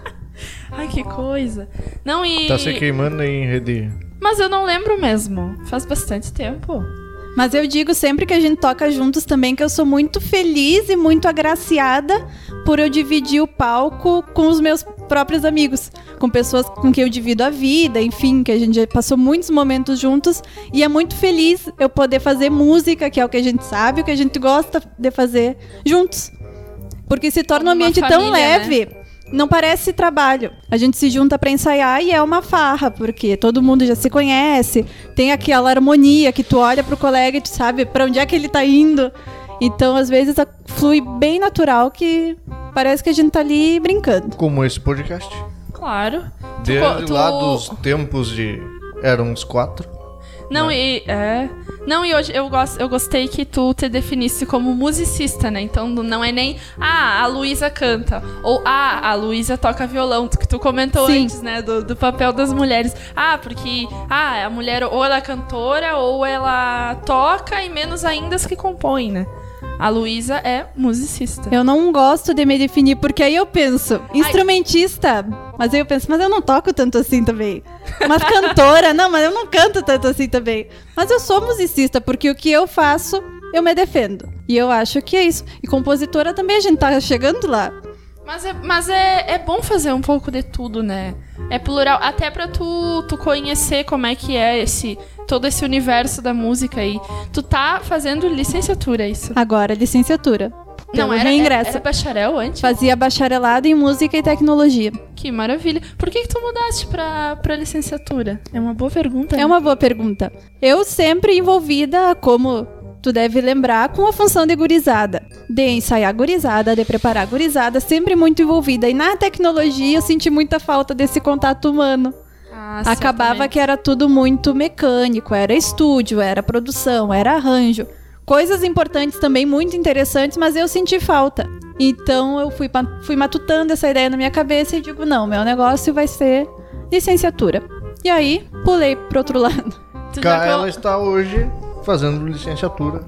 Speaker 2: Ai, que coisa. Não, e.
Speaker 1: Tá se queimando aí em rede.
Speaker 2: Mas eu não lembro mesmo. Faz bastante tempo.
Speaker 3: Mas eu digo sempre que a gente toca juntos também que eu sou muito feliz e muito agraciada por eu dividir o palco com os meus próprios amigos, com pessoas com quem eu divido a vida, enfim, que a gente já passou muitos momentos juntos e é muito feliz eu poder fazer música, que é o que a gente sabe, o que a gente gosta de fazer juntos. Porque se torna um
Speaker 2: Como uma
Speaker 3: ambiente tão
Speaker 2: família, né?
Speaker 3: leve. Não parece trabalho. A gente se junta pra ensaiar e é uma farra, porque todo mundo já se conhece, tem aquela harmonia que tu olha pro colega e tu sabe pra onde é que ele tá indo. Então, às vezes, a- flui bem natural que parece que a gente tá ali brincando.
Speaker 1: Como esse podcast.
Speaker 2: Claro. Tu
Speaker 1: Desde
Speaker 2: co-
Speaker 1: lá
Speaker 2: tu-
Speaker 1: dos tempos de. Eram uns quatro.
Speaker 2: Não, e. É. Não, e hoje eu, gosto, eu gostei que tu te definisse como musicista, né? Então não é nem. Ah, a Luísa canta. Ou ah, a Luísa toca violão. tu- Que tu comentou
Speaker 3: Sim.
Speaker 2: antes, né? Do, do papel das mulheres. Ah, porque. Ah, a mulher ou ela é cantora, ou ela toca, e menos ainda as que compõem, né? A Luísa é musicista.
Speaker 3: Eu não gosto de me definir, porque aí eu penso, instrumentista, mas aí eu penso, mas eu não toco tanto assim também. Mas cantora, não, mas eu não canto tanto assim também. Mas eu sou musicista, porque o que eu faço, eu me defendo. E eu acho que é isso. E compositora também, a gente tá chegando lá.
Speaker 2: Mas, é, mas é, é bom fazer um pouco de tudo, né? É plural, até pra tu, tu conhecer como é que é esse todo esse universo da música aí. Tu tá fazendo licenciatura, é isso?
Speaker 3: Agora, licenciatura. Pelo
Speaker 2: Não, era,
Speaker 3: reingresso.
Speaker 2: era bacharel antes?
Speaker 3: Fazia bacharelado em música e tecnologia.
Speaker 2: Que maravilha. Por que, que tu mudaste pra, pra licenciatura? É uma boa pergunta.
Speaker 3: É
Speaker 2: né?
Speaker 3: uma boa pergunta. Eu sempre envolvida, como tu deve lembrar, com a função de gurizada. De ensaiar gurizada, de preparar gurizada, sempre muito envolvida. E na tecnologia eu senti muita falta desse contato humano.
Speaker 2: Ah,
Speaker 3: Acabava
Speaker 2: certamente.
Speaker 3: que era tudo muito mecânico, era estúdio, era produção, era arranjo. Coisas importantes também, muito interessantes, mas eu senti falta. Então eu fui, pa- fui matutando essa ideia na minha cabeça e digo, não, meu negócio vai ser licenciatura. E aí, pulei pro outro lado.
Speaker 2: Tu já
Speaker 1: Cá
Speaker 2: colo-
Speaker 1: ela está hoje fazendo licenciatura.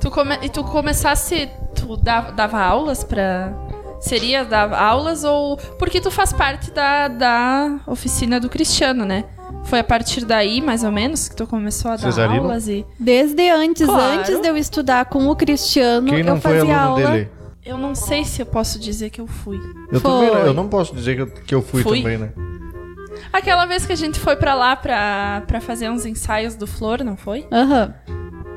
Speaker 2: Tu come... E tu começasse. Tu da- dava aulas pra. Seria dar aulas ou. Porque tu faz parte da, da oficina do Cristiano, né? Foi a partir daí, mais ou menos, que tu começou a dar
Speaker 1: Cesarino?
Speaker 2: aulas e.
Speaker 3: Desde antes,
Speaker 2: Claro.
Speaker 3: antes de eu estudar com o Cristiano,
Speaker 1: Quem
Speaker 3: eu
Speaker 1: não foi
Speaker 3: fazia
Speaker 1: aluno
Speaker 3: aula.
Speaker 1: dele?
Speaker 2: Eu não sei se eu posso dizer que eu fui.
Speaker 1: Eu
Speaker 3: Foi.
Speaker 1: também não, eu não posso dizer que eu, que eu fui
Speaker 2: Fui.
Speaker 1: também, né?
Speaker 2: Aquela vez que a gente foi pra lá pra, pra fazer uns ensaios do Flor, não foi?
Speaker 3: Aham.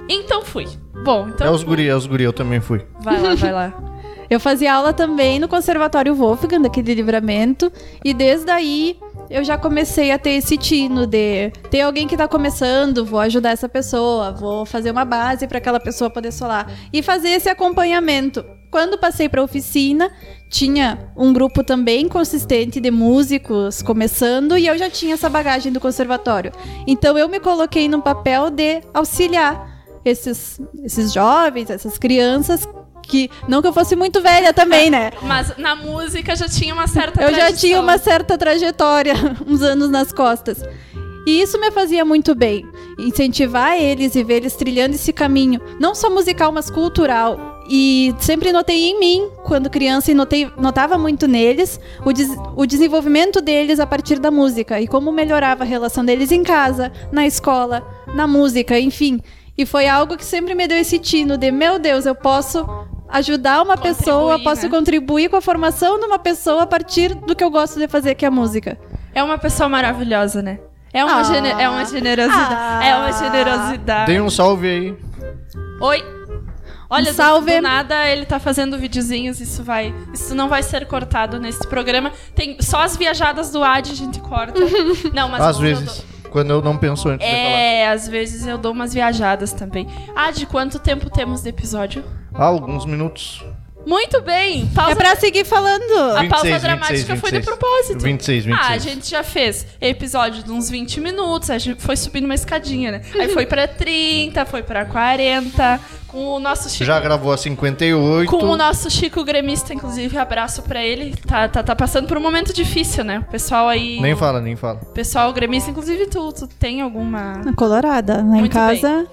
Speaker 2: Então fui. Bom, então.
Speaker 1: é os
Speaker 2: fui.
Speaker 1: guri, é os guri, eu também fui.
Speaker 2: Vai lá, vai lá.
Speaker 3: Eu fazia aula também no Conservatório Wolfgang, daqui de Livramento, e desde aí eu já comecei a ter esse tino de ter alguém que tá começando, vou ajudar essa pessoa, vou fazer uma base para aquela pessoa poder solar e fazer esse acompanhamento. Quando passei para oficina, tinha um grupo também consistente de músicos começando e eu já tinha essa bagagem do conservatório. Então eu me coloquei no papel de auxiliar esses, esses jovens, essas crianças que não que eu fosse muito velha também, né?
Speaker 2: Mas na música já tinha uma certa.
Speaker 3: Eu já
Speaker 2: tradição.
Speaker 3: tinha uma certa trajetória, uns anos nas costas. E isso me fazia muito bem. Incentivar eles e ver eles trilhando esse caminho, não só musical, mas cultural. E sempre notei em mim, quando criança, e notei, notava muito neles, o, des- o desenvolvimento deles a partir da música e como melhorava a relação deles em casa, na escola, na música, enfim. E foi algo que sempre me deu esse tino de, meu Deus, eu posso ajudar uma pessoa,
Speaker 2: Contribuir,
Speaker 3: posso
Speaker 2: né?
Speaker 3: contribuir com a formação de uma pessoa a partir do que eu gosto de fazer, que é a música.
Speaker 2: É uma pessoa maravilhosa, né? É uma,
Speaker 3: Ah.
Speaker 2: gene- é uma generosidade.
Speaker 3: Ah.
Speaker 2: É uma generosidade.
Speaker 1: Dei um salve aí.
Speaker 2: Oi. Olha,
Speaker 3: Um salve.
Speaker 2: do nada ele tá fazendo videozinhos, isso vai, isso não vai ser cortado nesse programa. Tem só as viajadas do Ad a gente corta. não, mas
Speaker 1: Às
Speaker 2: eu- eu
Speaker 1: vezes.
Speaker 2: dou-
Speaker 1: Quando eu não penso antes de
Speaker 2: É, às vezes eu dou umas viajadas também. Ad, quanto tempo temos de episódio?
Speaker 1: falar. Ah, alguns minutos.
Speaker 2: Muito bem. Pausa
Speaker 3: É pra seguir falando.
Speaker 2: A pausa
Speaker 1: 26,
Speaker 2: dramática
Speaker 1: 26,
Speaker 2: foi de
Speaker 1: 26.
Speaker 2: propósito.
Speaker 1: 26, 26.
Speaker 2: Ah, a gente já fez episódio de uns 20 minutos, a gente foi subindo uma escadinha, né? Aí foi pra 30, foi pra 40, com o nosso Chico.
Speaker 1: Já gravou a 58.
Speaker 2: Com o nosso Chico gremista, inclusive, abraço pra ele. Tá, tá, tá passando por um momento difícil, né? O pessoal aí.
Speaker 1: Nem fala, nem fala.
Speaker 2: O pessoal gremista, inclusive, tu, tu tem alguma.
Speaker 3: Na Colorada, lá em
Speaker 2: Muito
Speaker 3: casa.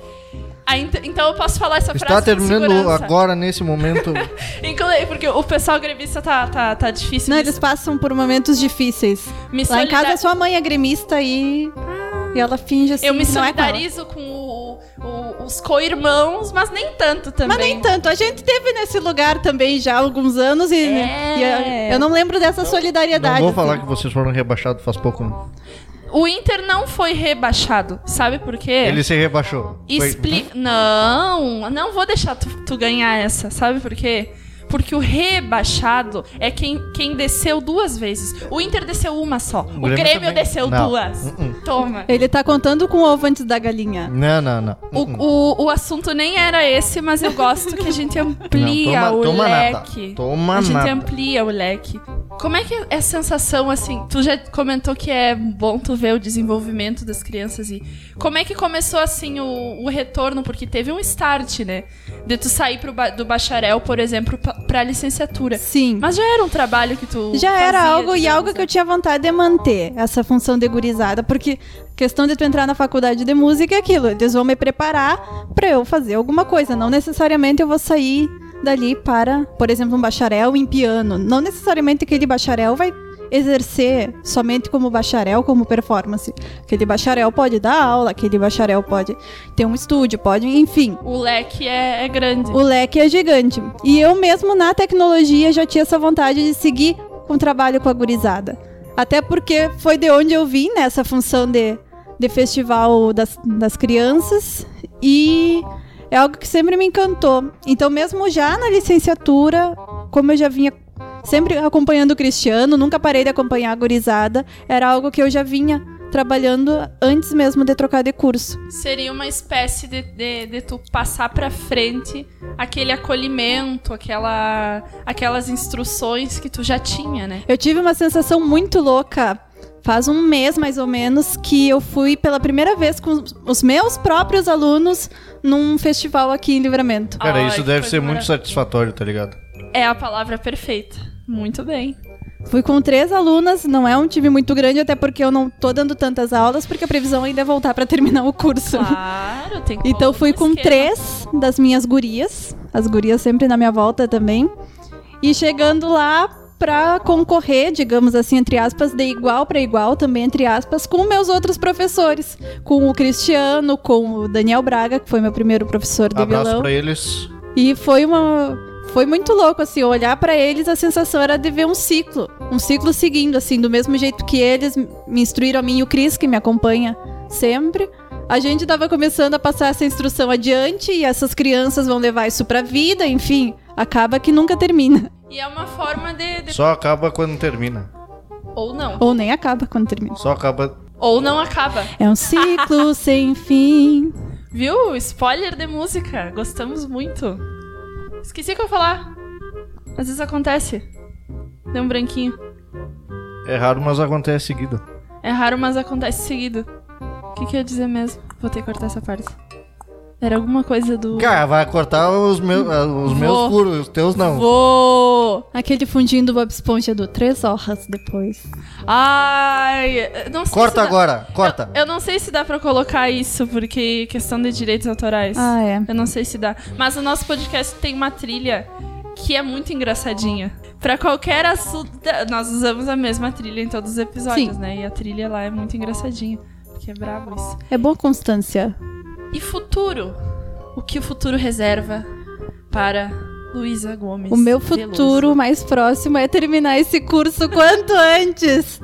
Speaker 2: Ah, ent- então eu posso falar essa
Speaker 1: Está
Speaker 2: frase. com
Speaker 1: terminando
Speaker 2: segurança.
Speaker 1: agora, nesse momento.
Speaker 2: Inclusive, porque o pessoal gremista tá, tá, tá difícil.
Speaker 3: Não,
Speaker 2: Me-
Speaker 3: eles passam por momentos difíceis.
Speaker 2: me
Speaker 3: Lá em
Speaker 2: solidar-
Speaker 3: casa sua mãe é gremista e. E ela finge assim.
Speaker 2: Eu me
Speaker 3: que não é com ela.
Speaker 2: solidarizo com o- o- os co-irmãos, mas nem tanto também.
Speaker 3: Mas nem tanto. A gente teve nesse lugar também já há alguns anos e,
Speaker 2: É.
Speaker 3: e eu- eu não lembro dessa
Speaker 1: não
Speaker 3: solidariedade.
Speaker 1: vou falar
Speaker 3: assim.
Speaker 1: que vocês foram rebaixados faz pouco. não.
Speaker 2: O Inter não foi rebaixado, sabe por quê?
Speaker 1: Ele se rebaixou. Foi-
Speaker 2: Expli... Não, não vou deixar tu, tu ganhar essa, sabe por quê? Porque o rebaixado é quem, quem desceu duas vezes. O Inter desceu uma só. O, Grêmio,
Speaker 1: também-
Speaker 2: desceu
Speaker 1: Não.
Speaker 2: duas.
Speaker 1: Uh-uh.
Speaker 2: Toma.
Speaker 3: Ele tá contando com o ovo antes da galinha.
Speaker 1: Não, não, não.
Speaker 2: O, o, o assunto nem era esse, mas eu gosto que a gente amplia
Speaker 1: Não, toma-
Speaker 2: o
Speaker 1: toma nada.
Speaker 2: leque.
Speaker 1: Toma
Speaker 2: a gente
Speaker 1: nada.
Speaker 2: amplia o leque. Como é que é a sensação assim? Tu já comentou que é bom tu ver o desenvolvimento das crianças e como é que começou assim o, o retorno? Porque teve um start, né? De tu sair pro ba- do bacharel, por exemplo, pa- pra licenciatura.
Speaker 3: Sim.
Speaker 2: Mas já era um trabalho que tu
Speaker 3: Já era
Speaker 2: fazia,
Speaker 3: algo e
Speaker 2: digamos,
Speaker 3: algo que eu tinha vontade de manter, essa função de gurizada, porque a questão de tu entrar na faculdade de música é aquilo, eles vão me preparar pra eu fazer alguma coisa, não necessariamente eu vou sair dali para, por exemplo, um bacharel em piano, não necessariamente aquele bacharel vai exercer somente como bacharel, como performance. Aquele bacharel pode dar aula, aquele bacharel pode ter um estúdio, pode, enfim.
Speaker 2: O leque é, é grande.
Speaker 3: O leque é gigante. E eu mesmo na tecnologia já tinha essa vontade de seguir com o trabalho com a gurizada. Até porque foi de onde eu vim, né? Essa função de, de festival das, das crianças. E é algo que sempre me encantou. Então, mesmo já na licenciatura, como eu já vinha sempre acompanhando o Cristiano, nunca parei de acompanhar a gurizada, era algo que eu já vinha trabalhando antes mesmo de trocar de curso.
Speaker 2: Seria uma espécie de, de, de tu passar pra frente aquele acolhimento, aquela, aquelas instruções que tu já tinha, né?
Speaker 3: Eu tive uma sensação muito louca. Faz um mês mais ou menos que eu fui pela primeira vez com os- os meus próprios alunos num festival aqui em Livramento.
Speaker 1: Cara,
Speaker 2: Ai,
Speaker 1: isso
Speaker 2: que
Speaker 1: deve
Speaker 2: coisa
Speaker 1: ser muito
Speaker 2: maravilhosa.
Speaker 1: satisfatório, tá ligado?
Speaker 2: É a palavra perfeita. Muito bem.
Speaker 3: Fui com três alunas, não é um time muito grande, até porque eu não tô dando tantas aulas, porque a previsão ainda é voltar para terminar o curso.
Speaker 2: Claro, tem que
Speaker 3: Então fui com
Speaker 2: esquema.
Speaker 3: três das minhas gurias, as gurias sempre na minha volta também. E chegando lá pra concorrer, digamos assim, entre aspas, de igual pra igual, também entre aspas, com meus outros professores, com o Cristiano, com o Daniel Braga, que foi meu primeiro professor de
Speaker 1: Abraço
Speaker 3: violão.
Speaker 1: pra eles.
Speaker 3: E foi uma Foi muito louco, assim, olhar pra eles, a sensação era de ver um ciclo. Um ciclo seguindo, assim, do mesmo jeito que eles me instruíram a mim e o Cris, que me acompanha sempre. A gente tava começando a passar essa instrução adiante e essas crianças vão levar isso pra vida, enfim. Acaba que nunca termina.
Speaker 2: E é uma forma de. de-
Speaker 1: Só acaba quando termina.
Speaker 2: Ou não.
Speaker 3: Ou nem acaba quando termina.
Speaker 1: Só acaba.
Speaker 2: Ou não acaba.
Speaker 3: É um ciclo sem fim.
Speaker 2: Viu? Spoiler de música. Gostamos muito. Esqueci o que eu ia falar. Às vezes acontece. Deu um branquinho.
Speaker 1: É raro, mas acontece seguido.
Speaker 2: É raro, mas acontece seguido. O que, que eu ia dizer mesmo? Vou ter que cortar essa parte. Era alguma coisa do.
Speaker 1: Cara, vai cortar os meus, ah, os meus
Speaker 2: Vou.
Speaker 1: furos, os teus não.
Speaker 2: Vou!
Speaker 3: Aquele fundinho do Bob Esponja do Três Horas depois.
Speaker 2: Ai! Não sei se
Speaker 1: Corta
Speaker 2: dá-
Speaker 1: agora, corta.
Speaker 2: Eu não sei se dá pra colocar isso, porque questão de direitos autorais.
Speaker 3: Ah, é.
Speaker 2: Eu não sei se dá. Mas o nosso podcast tem uma trilha que é muito engraçadinha. Pra qualquer assunto. Nós usamos a mesma trilha em todos os episódios,
Speaker 3: Sim.
Speaker 2: né? E a trilha lá é muito engraçadinha. Porque é brabo isso.
Speaker 3: É boa constância.
Speaker 2: E futuro? O que o futuro reserva para Luísa Gomes?
Speaker 3: O meu
Speaker 2: Veloso?
Speaker 3: futuro mais próximo é terminar esse curso quanto antes.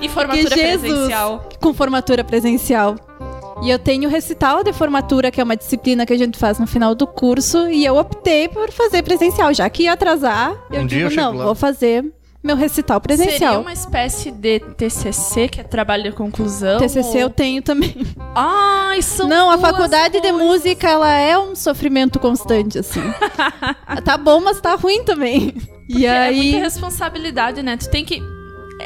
Speaker 2: E formatura
Speaker 3: Porque Jesus-
Speaker 2: presencial.
Speaker 3: Com formatura presencial. E eu tenho recital de formatura, que é uma disciplina que a gente faz no final do curso, e eu optei por fazer presencial, já que ia atrasar. Eu
Speaker 1: Um dia eu
Speaker 3: digo,
Speaker 1: chego
Speaker 3: não,
Speaker 1: lá."
Speaker 3: vou fazer meu recital
Speaker 2: Seria um
Speaker 3: presencial.
Speaker 2: uma espécie de TCC, que é trabalho de conclusão.
Speaker 3: TCC eu
Speaker 2: ou...
Speaker 3: tenho também.
Speaker 2: Ai, são
Speaker 3: Não, a
Speaker 2: então duas
Speaker 3: faculdade de
Speaker 2: coisas.
Speaker 3: música, ela é um sofrimento constante, assim. tá bom, mas tá ruim também.
Speaker 2: Porque
Speaker 3: e
Speaker 2: É
Speaker 3: aí.
Speaker 2: muita responsabilidade, né? Tu tem que.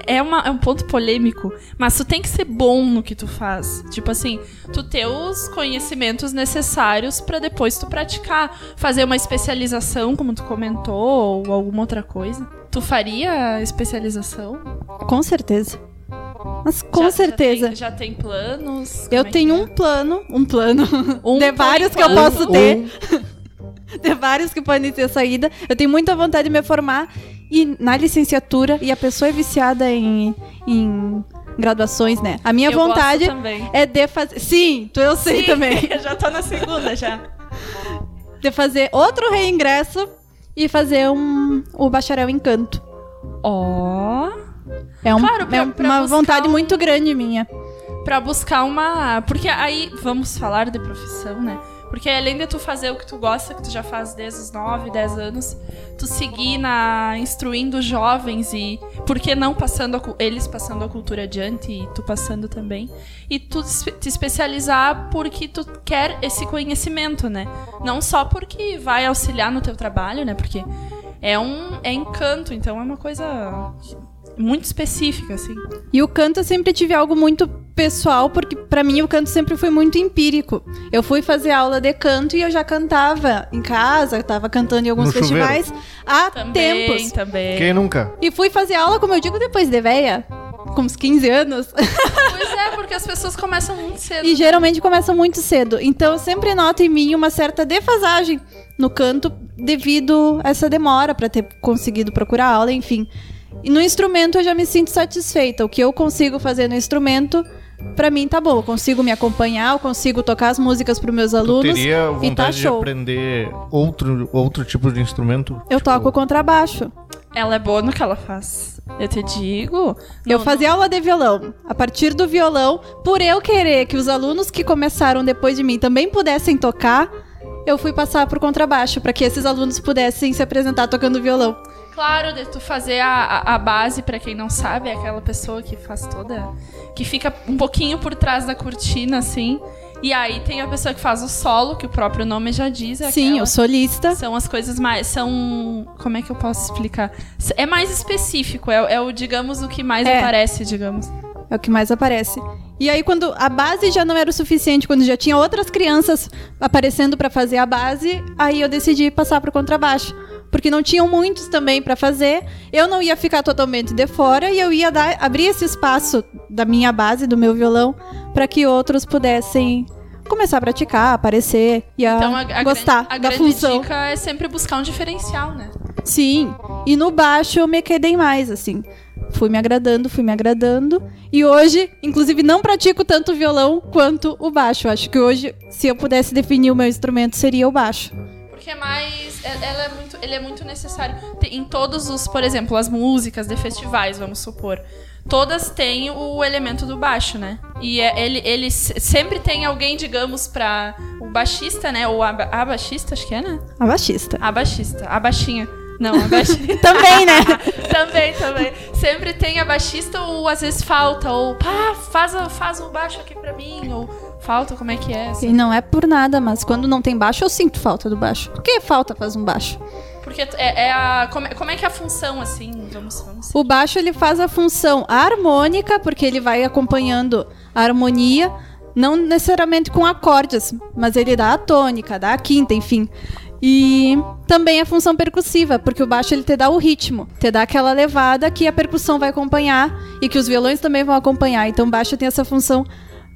Speaker 2: É, uma, é um ponto polêmico, mas tu tem que ser bom no que tu faz. Tipo assim, tu ter os conhecimentos necessários pra depois tu praticar. Fazer uma especialização, como tu comentou, ou alguma outra coisa. Tu faria a especialização?
Speaker 3: Com certeza. Mas com
Speaker 2: Já-
Speaker 3: certeza.
Speaker 2: Já tem, já tem planos?
Speaker 3: Eu
Speaker 2: Como é que
Speaker 3: tenho
Speaker 2: é?
Speaker 3: um plano, um plano,
Speaker 2: Um
Speaker 3: de
Speaker 2: por
Speaker 3: vários que eu
Speaker 2: enquanto.
Speaker 3: posso ter,
Speaker 1: Um,
Speaker 3: de vários que podem ter saída. Eu tenho muita vontade de me formar e na licenciatura, e a pessoa é viciada em, em graduações, né? A minha
Speaker 2: Eu gosto
Speaker 3: vontade
Speaker 2: também.
Speaker 3: é de fazer. Sim, tu eu sei
Speaker 2: Sim,
Speaker 3: também.
Speaker 2: Eu já tô na segunda já.
Speaker 3: De fazer outro reingresso e fazer um, o bacharel em canto.
Speaker 2: Ó.
Speaker 3: É, um-
Speaker 2: Claro, pra-
Speaker 3: é um-
Speaker 2: pra
Speaker 3: uma
Speaker 2: buscar
Speaker 3: vontade
Speaker 2: um-
Speaker 3: muito grande minha.
Speaker 2: Pra buscar uma. Porque aí, vamos falar de profissão, né? Porque além de tu fazer o que tu gosta, que tu já faz desde os 9, 10 anos, tu seguir na instruindo jovens e por que não passando a cu- eles passando a cultura adiante e tu passando também. E tu es- te especializar porque tu quer esse conhecimento, né? Não só porque vai auxiliar no teu trabalho, né? Porque é um é encanto, então é uma coisa muito específica assim.
Speaker 3: E o canto eu sempre tive algo muito pessoal, porque pra mim o canto sempre foi muito empírico. Eu fui fazer aula de canto e eu já cantava em casa, eu tava cantando em alguns
Speaker 1: No chuveiro.
Speaker 3: festivais há
Speaker 2: Também,
Speaker 3: tempos.
Speaker 2: também.
Speaker 1: Quem nunca?
Speaker 3: E fui fazer aula, como eu digo, depois de véia, com uns 15 anos.
Speaker 2: Pois é, porque as pessoas começam muito cedo.
Speaker 3: e geralmente começa muito cedo. Então eu sempre noto em mim uma certa defasagem no canto devido a essa demora pra ter conseguido procurar aula, enfim. E no instrumento eu já me sinto satisfeita. O que eu consigo fazer no instrumento, pra mim tá bom. Eu consigo me acompanhar, eu consigo tocar as músicas pros meus
Speaker 1: Tu
Speaker 3: alunos. tá
Speaker 1: teria vontade de
Speaker 3: show.
Speaker 1: aprender outro, outro tipo de instrumento?
Speaker 3: Eu toco contrabaixo.
Speaker 2: Ela é boa no que ela faz. Eu te digo.
Speaker 3: Eu
Speaker 2: Não,
Speaker 3: fazia aula de violão. A partir do violão, por eu querer que os alunos que começaram depois de mim também pudessem tocar, eu fui passar pro contrabaixo, para que esses alunos pudessem se apresentar tocando violão.
Speaker 2: não- Claro, de tu fazer a, a, a base, pra quem não sabe, é aquela pessoa que faz toda. que fica um pouquinho por trás da cortina, assim. E aí tem a pessoa que faz o solo, que o próprio nome já diz. É
Speaker 3: Sim,
Speaker 2: aquela-
Speaker 3: eu solista.
Speaker 2: São as coisas mais. São. Como é que eu posso explicar? S- É mais específico, é, é o, digamos, o que mais
Speaker 3: É.
Speaker 2: aparece, digamos.
Speaker 3: É o que mais aparece. E aí, quando a base já não era o suficiente, quando já tinha outras crianças aparecendo para fazer a base, aí eu decidi passar pro contrabaixo. Porque não tinham muitos também para fazer, eu não ia ficar totalmente de fora e eu ia dar, abrir esse espaço da minha base, do meu violão, para que outros pudessem começar a praticar, aparecer e a
Speaker 2: Então a, a
Speaker 3: gostar
Speaker 2: grande, a
Speaker 3: da
Speaker 2: grande
Speaker 3: função.
Speaker 2: dica é sempre buscar um diferencial, né?
Speaker 3: Sim, e no baixo eu me quedei mais, assim. Fui me agradando, fui me agradando. E hoje, inclusive, não pratico tanto o violão quanto o baixo. Acho que hoje, se eu pudesse definir o meu instrumento, seria o baixo.
Speaker 2: que é mais. é- Ela é muito, ele é muito necessário. Tem- Em todos os, por exemplo, as músicas de festivais, vamos supor. Todas têm o elemento do baixo, né? E é- ele, ele se- sempre tem alguém, digamos, pra. O baixista, né? Ou a, ba- a baixista, acho que é, né?
Speaker 3: A baixista.
Speaker 2: A baixista. A baixinha. Não, a baixinha.
Speaker 3: Também, né?
Speaker 2: também, também. Sempre tem a baixista ou às vezes falta. Ou, pá, faz, a- faz o baixo aqui pra mim. Ou falta, como é que é?
Speaker 3: E não é por nada, mas quando não tem baixo, eu sinto falta do baixo. Por que falta faz um baixo?
Speaker 2: Porque t- é, é a. Como, é- como é que é a função, assim? Vamos, vamos.
Speaker 3: O baixo ele faz a função harmônica, porque ele vai acompanhando a harmonia, não necessariamente com acordes, mas ele dá a tônica, dá a quinta, enfim. E também a função percussiva, porque o baixo ele te dá o ritmo, te dá aquela levada que a percussão vai acompanhar e que os violões também vão acompanhar. Então o baixo tem essa função,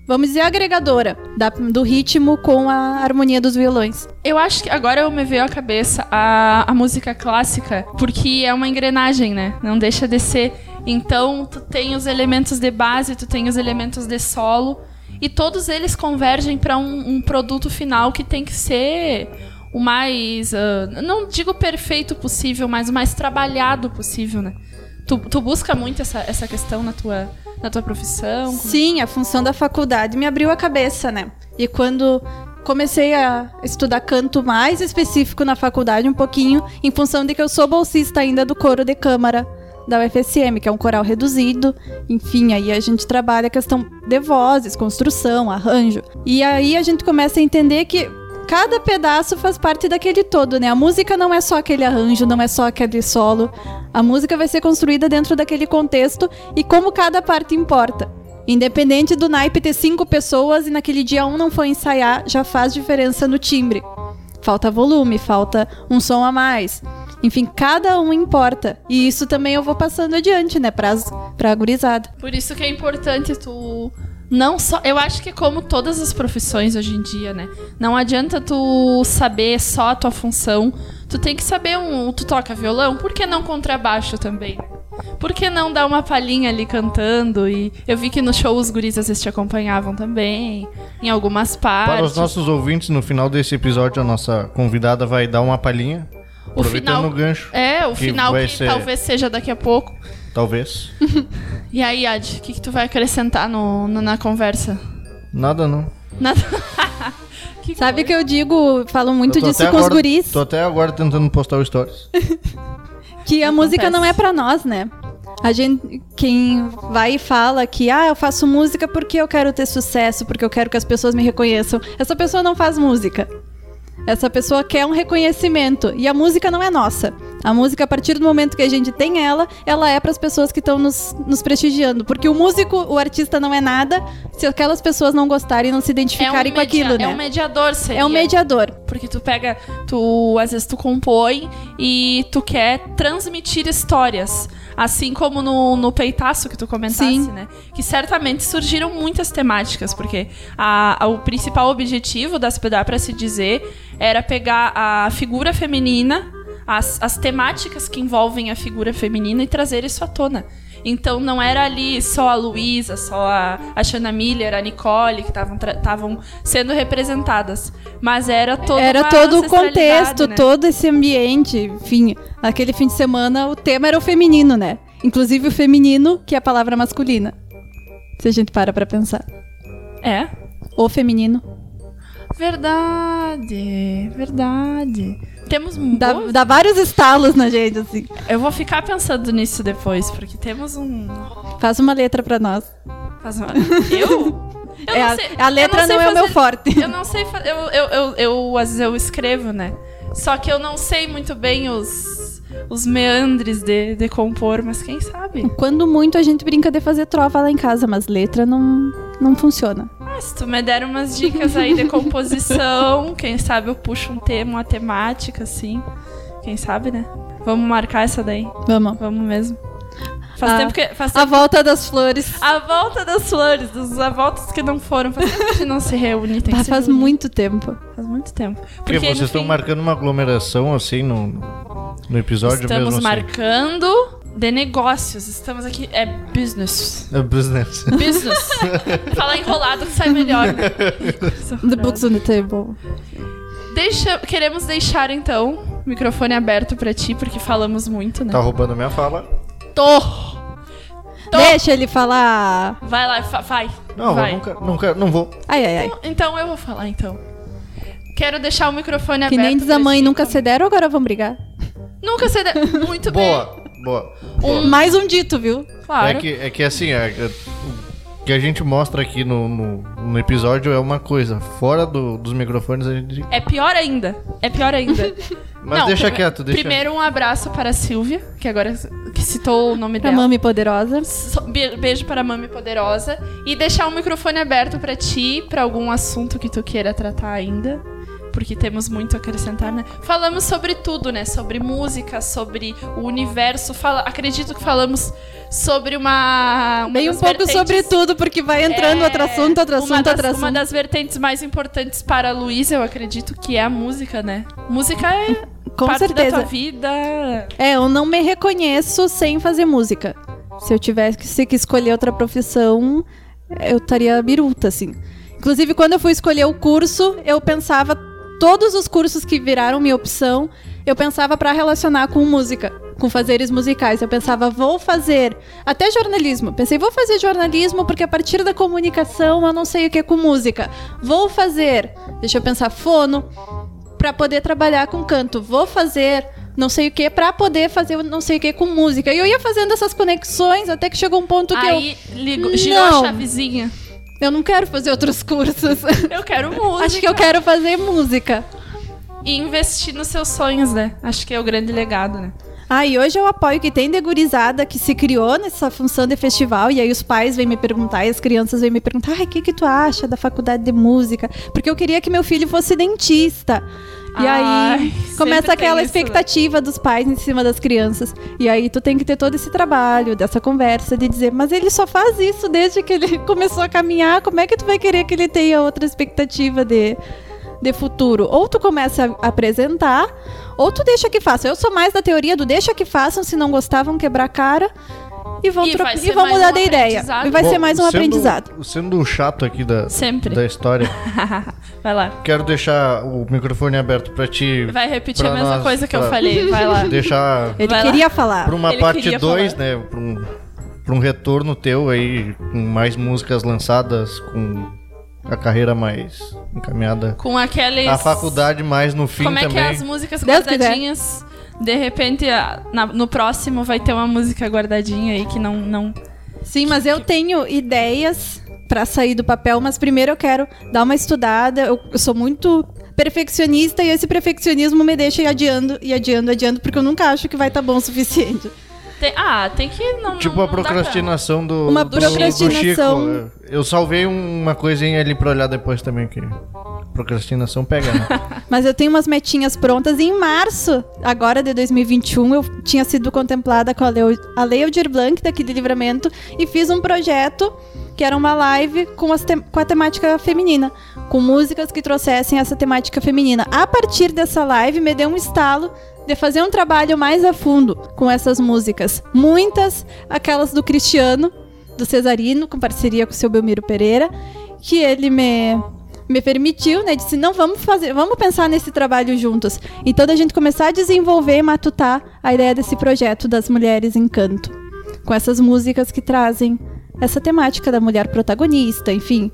Speaker 3: vamos dizer, agregadora da- do ritmo com a harmonia dos violões.
Speaker 2: Eu acho que agora eu me veio à cabeça a, a música clássica, porque é uma engrenagem, né? Não deixa de ser. Então, tu tem os elementos de base, tu tem os elementos de solo, e todos eles convergem para um, um produto final que tem que ser o mais. ah, não digo perfeito possível, mas o mais trabalhado possível, né? Tu, tu busca muito essa, essa questão na tua, na tua profissão?
Speaker 3: Sim, a função da faculdade me abriu a cabeça, né? E quando comecei a estudar canto mais específico na faculdade, um pouquinho, em função de que eu sou bolsista ainda do coro de câmara da UFSM, que é um coral reduzido. Enfim, aí a gente trabalha a questão de vozes, construção, arranjo. E aí a gente começa a entender que cada pedaço faz parte daquele todo, né? A música não é só aquele arranjo, não é só aquele solo. A música vai ser construída dentro daquele contexto e como cada parte importa. Independente do naipe ter cinco pessoas e naquele dia um não foi ensaiar, já faz diferença no timbre. Falta volume, falta um som a mais. Enfim, cada um importa. E isso também eu vou passando adiante, né, pra, pra gurizada.
Speaker 2: Por isso que é importante tu não só, eu acho que é como todas as profissões hoje em dia, né? Não adianta tu saber só a tua função. Tu tem que saber um, tu toca violão, por que não contrabaixo também? Por que não dar uma palhinha ali cantando? E eu vi que no show os guris às vezes te acompanhavam também, em algumas
Speaker 1: Para
Speaker 2: partes.
Speaker 1: os nossos ouvintes, no final desse episódio, a nossa convidada vai dar uma palhinha.
Speaker 2: o
Speaker 1: Aproveitando o
Speaker 2: final
Speaker 1: gancho,
Speaker 2: é, o
Speaker 1: que
Speaker 2: final
Speaker 1: vai
Speaker 2: que
Speaker 1: ser-
Speaker 2: talvez seja daqui a pouco.
Speaker 3: É.
Speaker 1: talvez.
Speaker 2: E aí, Ad, o que, que tu vai acrescentar no, no- na conversa?
Speaker 1: Nada não.
Speaker 2: Nada. que
Speaker 3: Sabe que eu digo, falo muito
Speaker 1: Eu tô
Speaker 3: disso
Speaker 1: até
Speaker 3: com os
Speaker 1: agora-
Speaker 3: guris,
Speaker 1: Tô até agora tentando postar o stories.
Speaker 3: que a música não é
Speaker 2: Acontece.
Speaker 3: pra nós, né? A gente, quem vai e fala que, ah, eu faço música porque eu quero ter sucesso, porque eu quero que as pessoas me reconheçam. Essa pessoa não faz música. Essa pessoa quer um reconhecimento. E a música não é nossa. A música, a partir do momento que a gente tem ela, ela é para as pessoas que estão nos, nos prestigiando. Porque o músico, o artista não é nada se aquelas pessoas não gostarem, não se identificarem com
Speaker 2: É um media-
Speaker 3: aquilo,
Speaker 2: É um
Speaker 3: né?
Speaker 2: mediador, seria.
Speaker 3: É um mediador.
Speaker 2: Porque tu pega, tu às vezes tu compõe e tu quer transmitir histórias. Assim como no, no peitaço que tu comentaste,
Speaker 3: Sim.
Speaker 2: né? Que certamente surgiram muitas temáticas, porque a- a- o principal objetivo das dá para se dizer era pegar a figura feminina, as, as temáticas que envolvem a figura feminina e trazer isso à tona. Então não era ali só a Luísa, só a, a Shanna Miller, a Nicole que estavam sendo representadas. Mas era toda
Speaker 3: era
Speaker 2: uma
Speaker 3: todo o
Speaker 2: ancestralidade,
Speaker 3: contexto,
Speaker 2: né?
Speaker 3: todo esse ambiente, enfim. Aquele fim de semana, o tema era o feminino, né? Inclusive o feminino, que é a palavra masculina. Se a gente para pra pensar.
Speaker 2: É.
Speaker 3: O feminino.
Speaker 2: Verdade, verdade. Temos um.
Speaker 3: Dá,
Speaker 2: boas-
Speaker 3: dá vários estalos na gente, assim.
Speaker 2: Eu vou ficar pensando nisso depois, porque temos um.
Speaker 3: Faz uma letra pra nós.
Speaker 2: Faz uma- Eu? Eu
Speaker 3: É,
Speaker 2: não
Speaker 3: a-
Speaker 2: sei-
Speaker 3: a,
Speaker 2: eu
Speaker 3: letra não,
Speaker 2: sei
Speaker 3: é o meu
Speaker 2: fazer-
Speaker 3: forte.
Speaker 2: Eu não sei fazer. Eu, eu, eu, eu- às vezes eu escrevo, né? Só que eu não sei muito bem os, os meandres de, de compor, mas quem sabe?
Speaker 3: Quando muito a gente brinca de fazer trova lá em casa, mas letra não, não funciona.
Speaker 2: Ah, se tu me der umas dicas aí de composição, quem sabe eu puxo um tema, uma temática, assim. Quem sabe, né? Vamos marcar essa daí.
Speaker 3: Vamos.
Speaker 2: Vamos mesmo. Faz
Speaker 3: Ah,
Speaker 2: tempo que. Faz
Speaker 3: A
Speaker 2: tempo...
Speaker 3: volta das flores.
Speaker 2: A volta das flores, dos avóltas que não foram. Faz tempo que a gente não se reúne. Tem que
Speaker 3: Ah,
Speaker 2: se
Speaker 3: faz
Speaker 2: reunir.
Speaker 3: muito tempo.
Speaker 2: Faz muito tempo.
Speaker 1: Porque vocês
Speaker 2: no
Speaker 1: estão
Speaker 2: fim,
Speaker 1: marcando uma aglomeração assim no, no episódio
Speaker 2: Estamos
Speaker 1: mesmo. assim.
Speaker 2: marcando de negócios. Estamos aqui. É business.
Speaker 1: É business.
Speaker 2: Business. Falar enrolado que sai melhor. Né?
Speaker 3: The books on the table.
Speaker 2: Deixa- queremos deixar, então, o microfone aberto pra ti, porque falamos muito, né?
Speaker 1: Tá roubando minha fala.
Speaker 2: Tô! Tô!
Speaker 3: Deixa ele falar.
Speaker 2: Vai lá, fa- vai.
Speaker 1: Não, eu
Speaker 2: vai.
Speaker 1: nunca, nunca, não vou.
Speaker 3: Ai, ai, ai.
Speaker 2: Então eu vou falar, então. Quero deixar o microfone
Speaker 3: Que
Speaker 2: Tá aberto.
Speaker 3: nem diz a
Speaker 2: pra
Speaker 3: mãe,
Speaker 2: ti.
Speaker 3: nunca cederam, agora vão brigar.
Speaker 2: Nunca ceder. Muito
Speaker 1: Boa, boa. boa.
Speaker 3: Mais um dito, viu?
Speaker 2: bem. Claro.
Speaker 1: É, que, é que assim, é- é- o que a gente mostra aqui no, no, no episódio é uma coisa. Fora do- dos microfones a gente.
Speaker 2: É pior ainda. É pior ainda.
Speaker 1: Mas
Speaker 2: Não,
Speaker 1: deixa
Speaker 2: prime-
Speaker 1: quieto, deixa.
Speaker 2: Primeiro um abraço para a Silvia, que agora que citou o nome
Speaker 3: Pra
Speaker 2: dela.
Speaker 3: mami poderosa.
Speaker 2: So- be- Beijo para a Mami Poderosa. E deixar o microfone aberto para ti, para algum assunto que tu queira tratar ainda. Porque temos muito a acrescentar, né? Falamos sobre tudo, né? Sobre música, sobre o universo. Fala- acredito que falamos sobre uma. uma
Speaker 3: Bem um
Speaker 2: das
Speaker 3: pouco
Speaker 2: vertentes-
Speaker 3: sobre tudo, porque vai entrando outro assunto, outro
Speaker 2: É, uma
Speaker 3: assunto,
Speaker 2: das,
Speaker 3: outro assunto.
Speaker 2: Uma das vertentes mais importantes para a Luísa, eu acredito, que é a música, né? Música é
Speaker 3: Com
Speaker 2: parte da
Speaker 3: certeza.
Speaker 2: tua vida.
Speaker 3: É, eu não me reconheço sem fazer música. Se eu tivesse que- se que escolher outra profissão, eu estaria biruta, assim. Inclusive, quando eu fui escolher o curso, eu pensava. Todos os cursos que viraram minha opção, eu pensava pra relacionar com música, com fazeres musicais. Eu pensava, vou fazer até jornalismo. Pensei, vou fazer jornalismo porque a partir da comunicação eu não sei o que é com música. Vou fazer, deixa eu pensar, fono, Pra poder trabalhar com canto. Vou fazer não sei o que pra poder fazer o não sei o que com música. E eu ia fazendo essas conexões até que chegou um ponto que eu,
Speaker 2: Aí ligou, girou
Speaker 3: Não.
Speaker 2: a chavezinha.
Speaker 3: eu não quero fazer outros cursos.
Speaker 2: Eu quero música.
Speaker 3: Acho que eu quero fazer música.
Speaker 2: E investir nos seus sonhos, né? Acho que é o grande legado, né?
Speaker 3: Ah, e hoje eu apoio que tem de gurizada que se criou nessa função de festival, e aí os pais vêm me perguntar, e as crianças vêm me perguntar, ai, o que, que tu acha da faculdade de música? Porque eu queria que meu filho fosse dentista. E
Speaker 2: Ai,
Speaker 3: aí começa
Speaker 2: sempre
Speaker 3: aquela
Speaker 2: tem isso, né?
Speaker 3: expectativa dos pais em cima das crianças. E aí tu tem que ter todo esse trabalho, dessa conversa, de dizer, mas ele só faz isso desde que ele começou a caminhar, como é que tu vai querer que ele tenha outra expectativa de, de futuro. Ou tu começa a apresentar, ou tu deixa que faça. Eu sou mais da teoria do deixa que façam, se não gostavam, quebrar a cara e vão,
Speaker 2: E
Speaker 3: tro-
Speaker 2: vai
Speaker 3: e
Speaker 2: ser
Speaker 3: vão
Speaker 2: mais
Speaker 3: mudar
Speaker 2: um
Speaker 3: de ideia.
Speaker 2: aprendizado.
Speaker 3: E vai
Speaker 1: Bom,
Speaker 3: ser mais um
Speaker 1: sendo-
Speaker 3: aprendizado.
Speaker 1: Sendo o chato aqui da,
Speaker 2: Sempre.
Speaker 1: da história,
Speaker 2: Vai lá.
Speaker 1: quero deixar o microfone aberto pra ti.
Speaker 2: Vai repetir
Speaker 1: Pra
Speaker 2: a mesma
Speaker 1: nós,
Speaker 2: coisa que eu
Speaker 1: pra-
Speaker 2: falei. Vai lá.
Speaker 1: Deixar
Speaker 3: Ele
Speaker 2: Vai lá.
Speaker 3: queria falar.
Speaker 1: pra uma
Speaker 2: Ah, Ele
Speaker 1: parte
Speaker 2: queria
Speaker 1: 2,
Speaker 2: falar.
Speaker 1: né? Pra um, pra um retorno teu aí, com mais músicas lançadas, com a carreira mais encaminhada.
Speaker 2: Com aqueles.
Speaker 1: A faculdade mais no fim
Speaker 2: Como é que
Speaker 1: também.
Speaker 2: é as músicas
Speaker 3: Deus quiser.
Speaker 2: guardadinhas? De repente, a- na- no próximo vai ter uma música guardadinha aí que não. não...
Speaker 3: Sim, mas eu tenho ideias pra sair do papel, mas primeiro eu quero dar uma estudada. Eu, eu sou muito perfeccionista e esse perfeccionismo me deixa adiando e adiando, adiando, porque eu nunca acho que vai estar bom o suficiente.
Speaker 2: Tem- Ah, tem que. Não,
Speaker 1: Tipo
Speaker 2: não-
Speaker 1: a
Speaker 2: não dá pra-
Speaker 1: procrastinação do,
Speaker 3: Uma
Speaker 1: do, do
Speaker 3: procrastinação.
Speaker 1: Chico. Eu salvei um, uma coisinha ali pra olhar depois também, que procrastinação pega, né?
Speaker 3: Mas eu tenho umas metinhas prontas e em março, agora de 2021, eu tinha sido contemplada com a Leo- a Lei Aldir Blanc daqui de Livramento e fiz um projeto que era uma live com, as tem- com a temática feminina, com músicas que trouxessem essa temática feminina. A partir dessa live, me deu um estalo de fazer um trabalho mais a fundo com essas músicas. Muitas, aquelas do Cristiano, do Cesarino, com parceria com o seu Belmiro Pereira, que ele me me permitiu, né? Disse, não, vamos fazer, vamos pensar nesse trabalho juntos. Então, da gente começar a desenvolver e matutar a ideia desse projeto das mulheres em canto. Com essas músicas que trazem essa temática da mulher protagonista, enfim.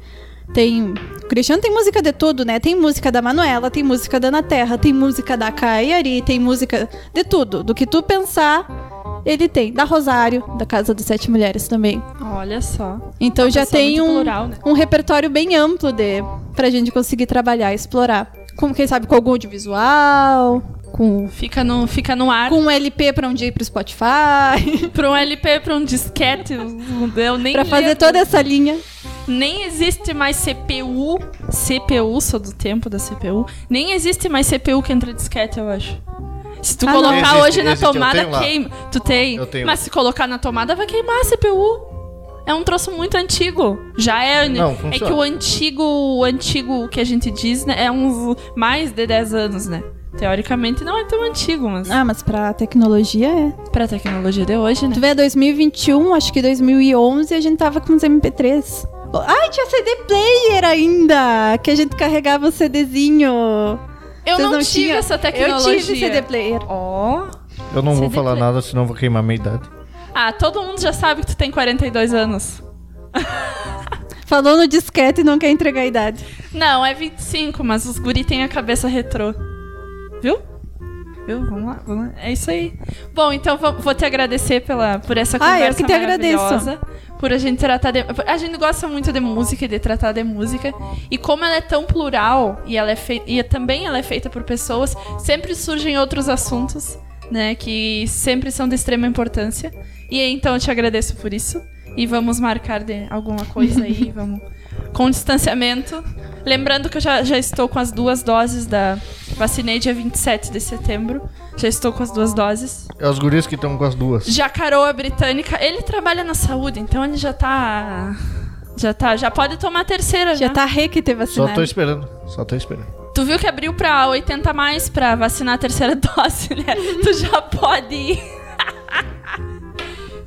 Speaker 3: Tem. O Cristiano tem música de tudo, né? Tem música da Manuela, tem música da Ana Terra, tem música da Caiari, tem música de tudo. Do que tu pensar, ele tem. Da Rosário, da Casa das Sete Mulheres também.
Speaker 2: Olha só.
Speaker 3: Então já
Speaker 2: pessoa
Speaker 3: tem
Speaker 2: muito
Speaker 3: um,
Speaker 2: plural, né?
Speaker 3: um repertório bem amplo de pra gente conseguir trabalhar, explorar. Com quem sabe com algum audiovisual, com
Speaker 2: Fica no, fica no ar.
Speaker 3: com um LP pra um dia ir pro Spotify,
Speaker 2: Pra um LP, pra um disquete. Eu nem
Speaker 3: pra fazer
Speaker 2: lembro.
Speaker 3: toda essa linha.
Speaker 2: Nem existe mais CPU. CPU, sou do tempo da CPU. Nem existe mais CPU que entra disquete, eu acho. Se tu
Speaker 3: Ah, não.
Speaker 2: colocar
Speaker 1: Existe,
Speaker 2: hoje na
Speaker 1: existe, eu
Speaker 2: tomada,
Speaker 1: tenho lá.
Speaker 2: queima. Tu tem.
Speaker 1: Eu tenho.
Speaker 2: Mas se colocar na tomada, vai queimar a CPU. É um troço muito antigo. Já é.
Speaker 1: Não,
Speaker 2: é
Speaker 1: funciona.
Speaker 2: que o antigo, o antigo que a gente diz, né? É uns mais de 10 anos, né? Teoricamente não é tão antigo, mas.
Speaker 3: Ah, mas pra tecnologia é.
Speaker 2: Pra tecnologia de hoje, né?
Speaker 3: Tu vê 2021, acho que 2011 a gente tava com os MP3. Ai, tinha CD player ainda, que a gente carregava o CDzinho.
Speaker 2: Eu
Speaker 4: Vocês
Speaker 2: não,
Speaker 4: não
Speaker 2: tive
Speaker 4: tinham?
Speaker 2: essa
Speaker 4: Eu
Speaker 2: tecnologia.
Speaker 4: tive CD player.
Speaker 2: Ó.
Speaker 1: Eu não vou
Speaker 2: CD
Speaker 1: falar
Speaker 2: player.
Speaker 1: nada, senão eu vou queimar minha idade.
Speaker 2: Ah, todo mundo já sabe que tu tem 42 anos.
Speaker 4: Falou no disquete e não quer entregar a idade.
Speaker 2: Não, é 25, mas os guri têm a cabeça retrô. Viu? Viu? Vamos lá, vamos lá. É isso aí. Bom, então vou, vou te agradecer pela, por essa
Speaker 4: Ah,
Speaker 2: conversa
Speaker 4: eu que te agradeço.
Speaker 2: maravilhosa, Por a gente tratar de... A gente gosta muito de música e de tratar de música. E como ela é tão plural e, ela é fei- e também ela é feita por pessoas, sempre surgem outros assuntos, né? Que sempre são de extrema importância. E então eu te agradeço por isso. E vamos marcar de alguma coisa aí, vamos... Com distanciamento. Lembrando que eu já, já estou com as duas doses da... Vacinei dia 27 de setembro. Já estou com as duas doses.
Speaker 1: É os guris que estão com as duas.
Speaker 2: Jacaroa britânica, ele trabalha na saúde, então ele já tá. Já tá, já pode tomar a terceira,
Speaker 4: Já
Speaker 2: né?
Speaker 4: tá re que teve
Speaker 1: Só
Speaker 4: vacinado.
Speaker 1: tô esperando. Só tô esperando.
Speaker 2: Tu viu que abriu pra 80 mais pra vacinar a terceira dose, né? tu já pode ir.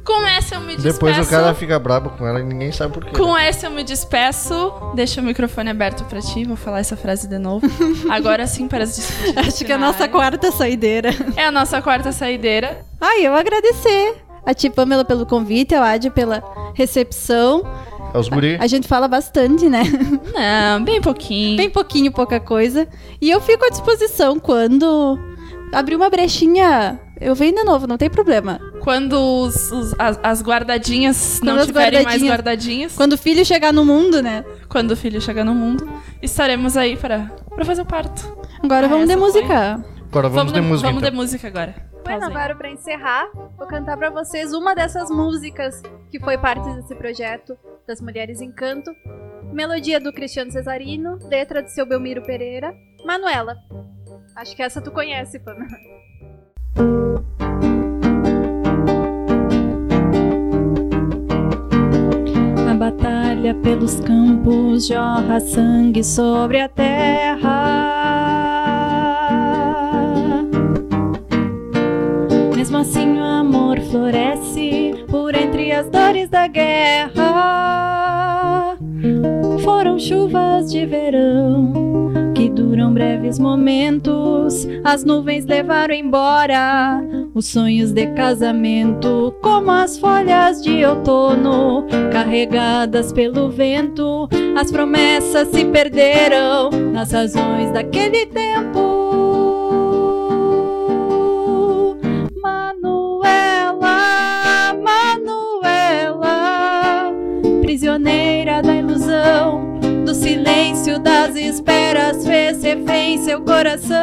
Speaker 2: Com essa eu me despeço.
Speaker 1: Depois o cara fica brabo com ela e ninguém sabe por quê. né?
Speaker 2: Com essa eu me despeço. Deixa o microfone aberto pra ti, vou falar essa frase de novo. Agora sim para as despedidas
Speaker 4: Acho que é a nossa
Speaker 2: finais.
Speaker 4: quarta saideira.
Speaker 2: É a nossa quarta saideira.
Speaker 4: Ai, eu agradecer. A Ti Pamela pelo convite, ao Adi pela recepção.
Speaker 1: É os guri.
Speaker 4: A gente fala bastante, né?
Speaker 2: Não, bem pouquinho.
Speaker 4: Bem pouquinho, pouca coisa. E eu fico à disposição quando abrir uma brechinha. Eu venho de novo, não tem problema.
Speaker 2: Quando os- os- as, as guardadinhas
Speaker 4: Quando
Speaker 2: não
Speaker 4: as
Speaker 2: tiverem mais
Speaker 4: guardadinhas-
Speaker 2: guardadinhas, quando...
Speaker 4: Quando o filho chegar no mundo, né?
Speaker 2: o filho chegar no mundo, estaremos aí para, para fazer o parto.
Speaker 4: Agora
Speaker 2: Ah,
Speaker 4: vamos de
Speaker 2: essa foi.
Speaker 4: música.
Speaker 1: Agora vamos, de
Speaker 2: no-
Speaker 1: música.
Speaker 2: vamos
Speaker 1: então.
Speaker 2: de música agora.
Speaker 5: Bueno,
Speaker 2: Pausa aí.
Speaker 5: agora para encerrar, vou cantar para vocês uma dessas músicas que foi parte desse projeto das Mulheres em Canto. Melodia do Cristiano Cesarino, letra do seu Belmiro Pereira. Manuela. Acho que essa tu conhece, Pamela.
Speaker 3: A batalha pelos campos jorra sangue sobre a terra. Mesmo assim, o amor floresce por entre as dores da guerra. Foram chuvas de verão que duram breves momentos. As nuvens levaram embora os sonhos de casamento, como as folhas de outono carregadas pelo vento, as promessas se perderam nas razões daquele tempo. Manuela, Manuela, prisioneira da ilusão, do silêncio das esperas, fez refém seu coração.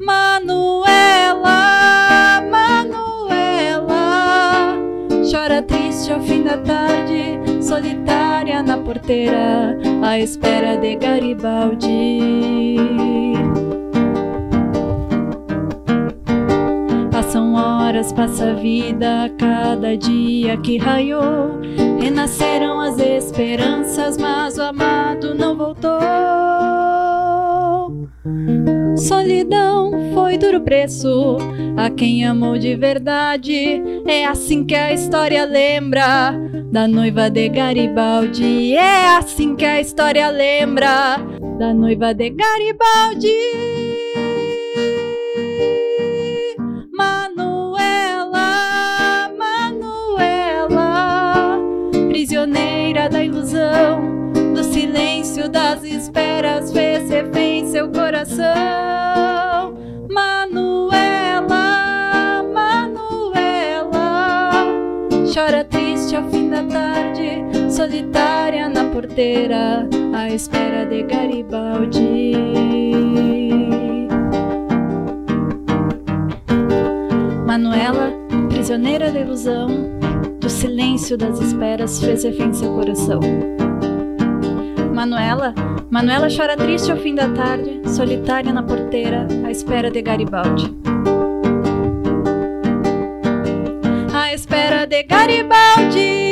Speaker 3: Manuela, Manuela. Chora triste ao fim da tarde, solitária na porteira, à espera de Garibaldi. Passam horas, passa a vida, cada dia que raiou. Renasceram as esperanças, mas o amado não voltou. Solidão foi duro preço a quem amou de verdade. É assim que a história lembra da noiva de Garibaldi. É assim que a história lembra da noiva de Garibaldi. Manuela, Manuela, prisioneira da ilusão. Do silêncio das esperas fez refém seu coração. Manuela, Manuela Chora triste ao fim da tarde Solitária na porteira À espera de Garibaldi Manuela, prisioneira da ilusão Do silêncio das esperas Fez refém seu coração Manuela, Manuela chora triste ao fim da tarde, solitária na porteira, à espera de Garibaldi. À espera de Garibaldi.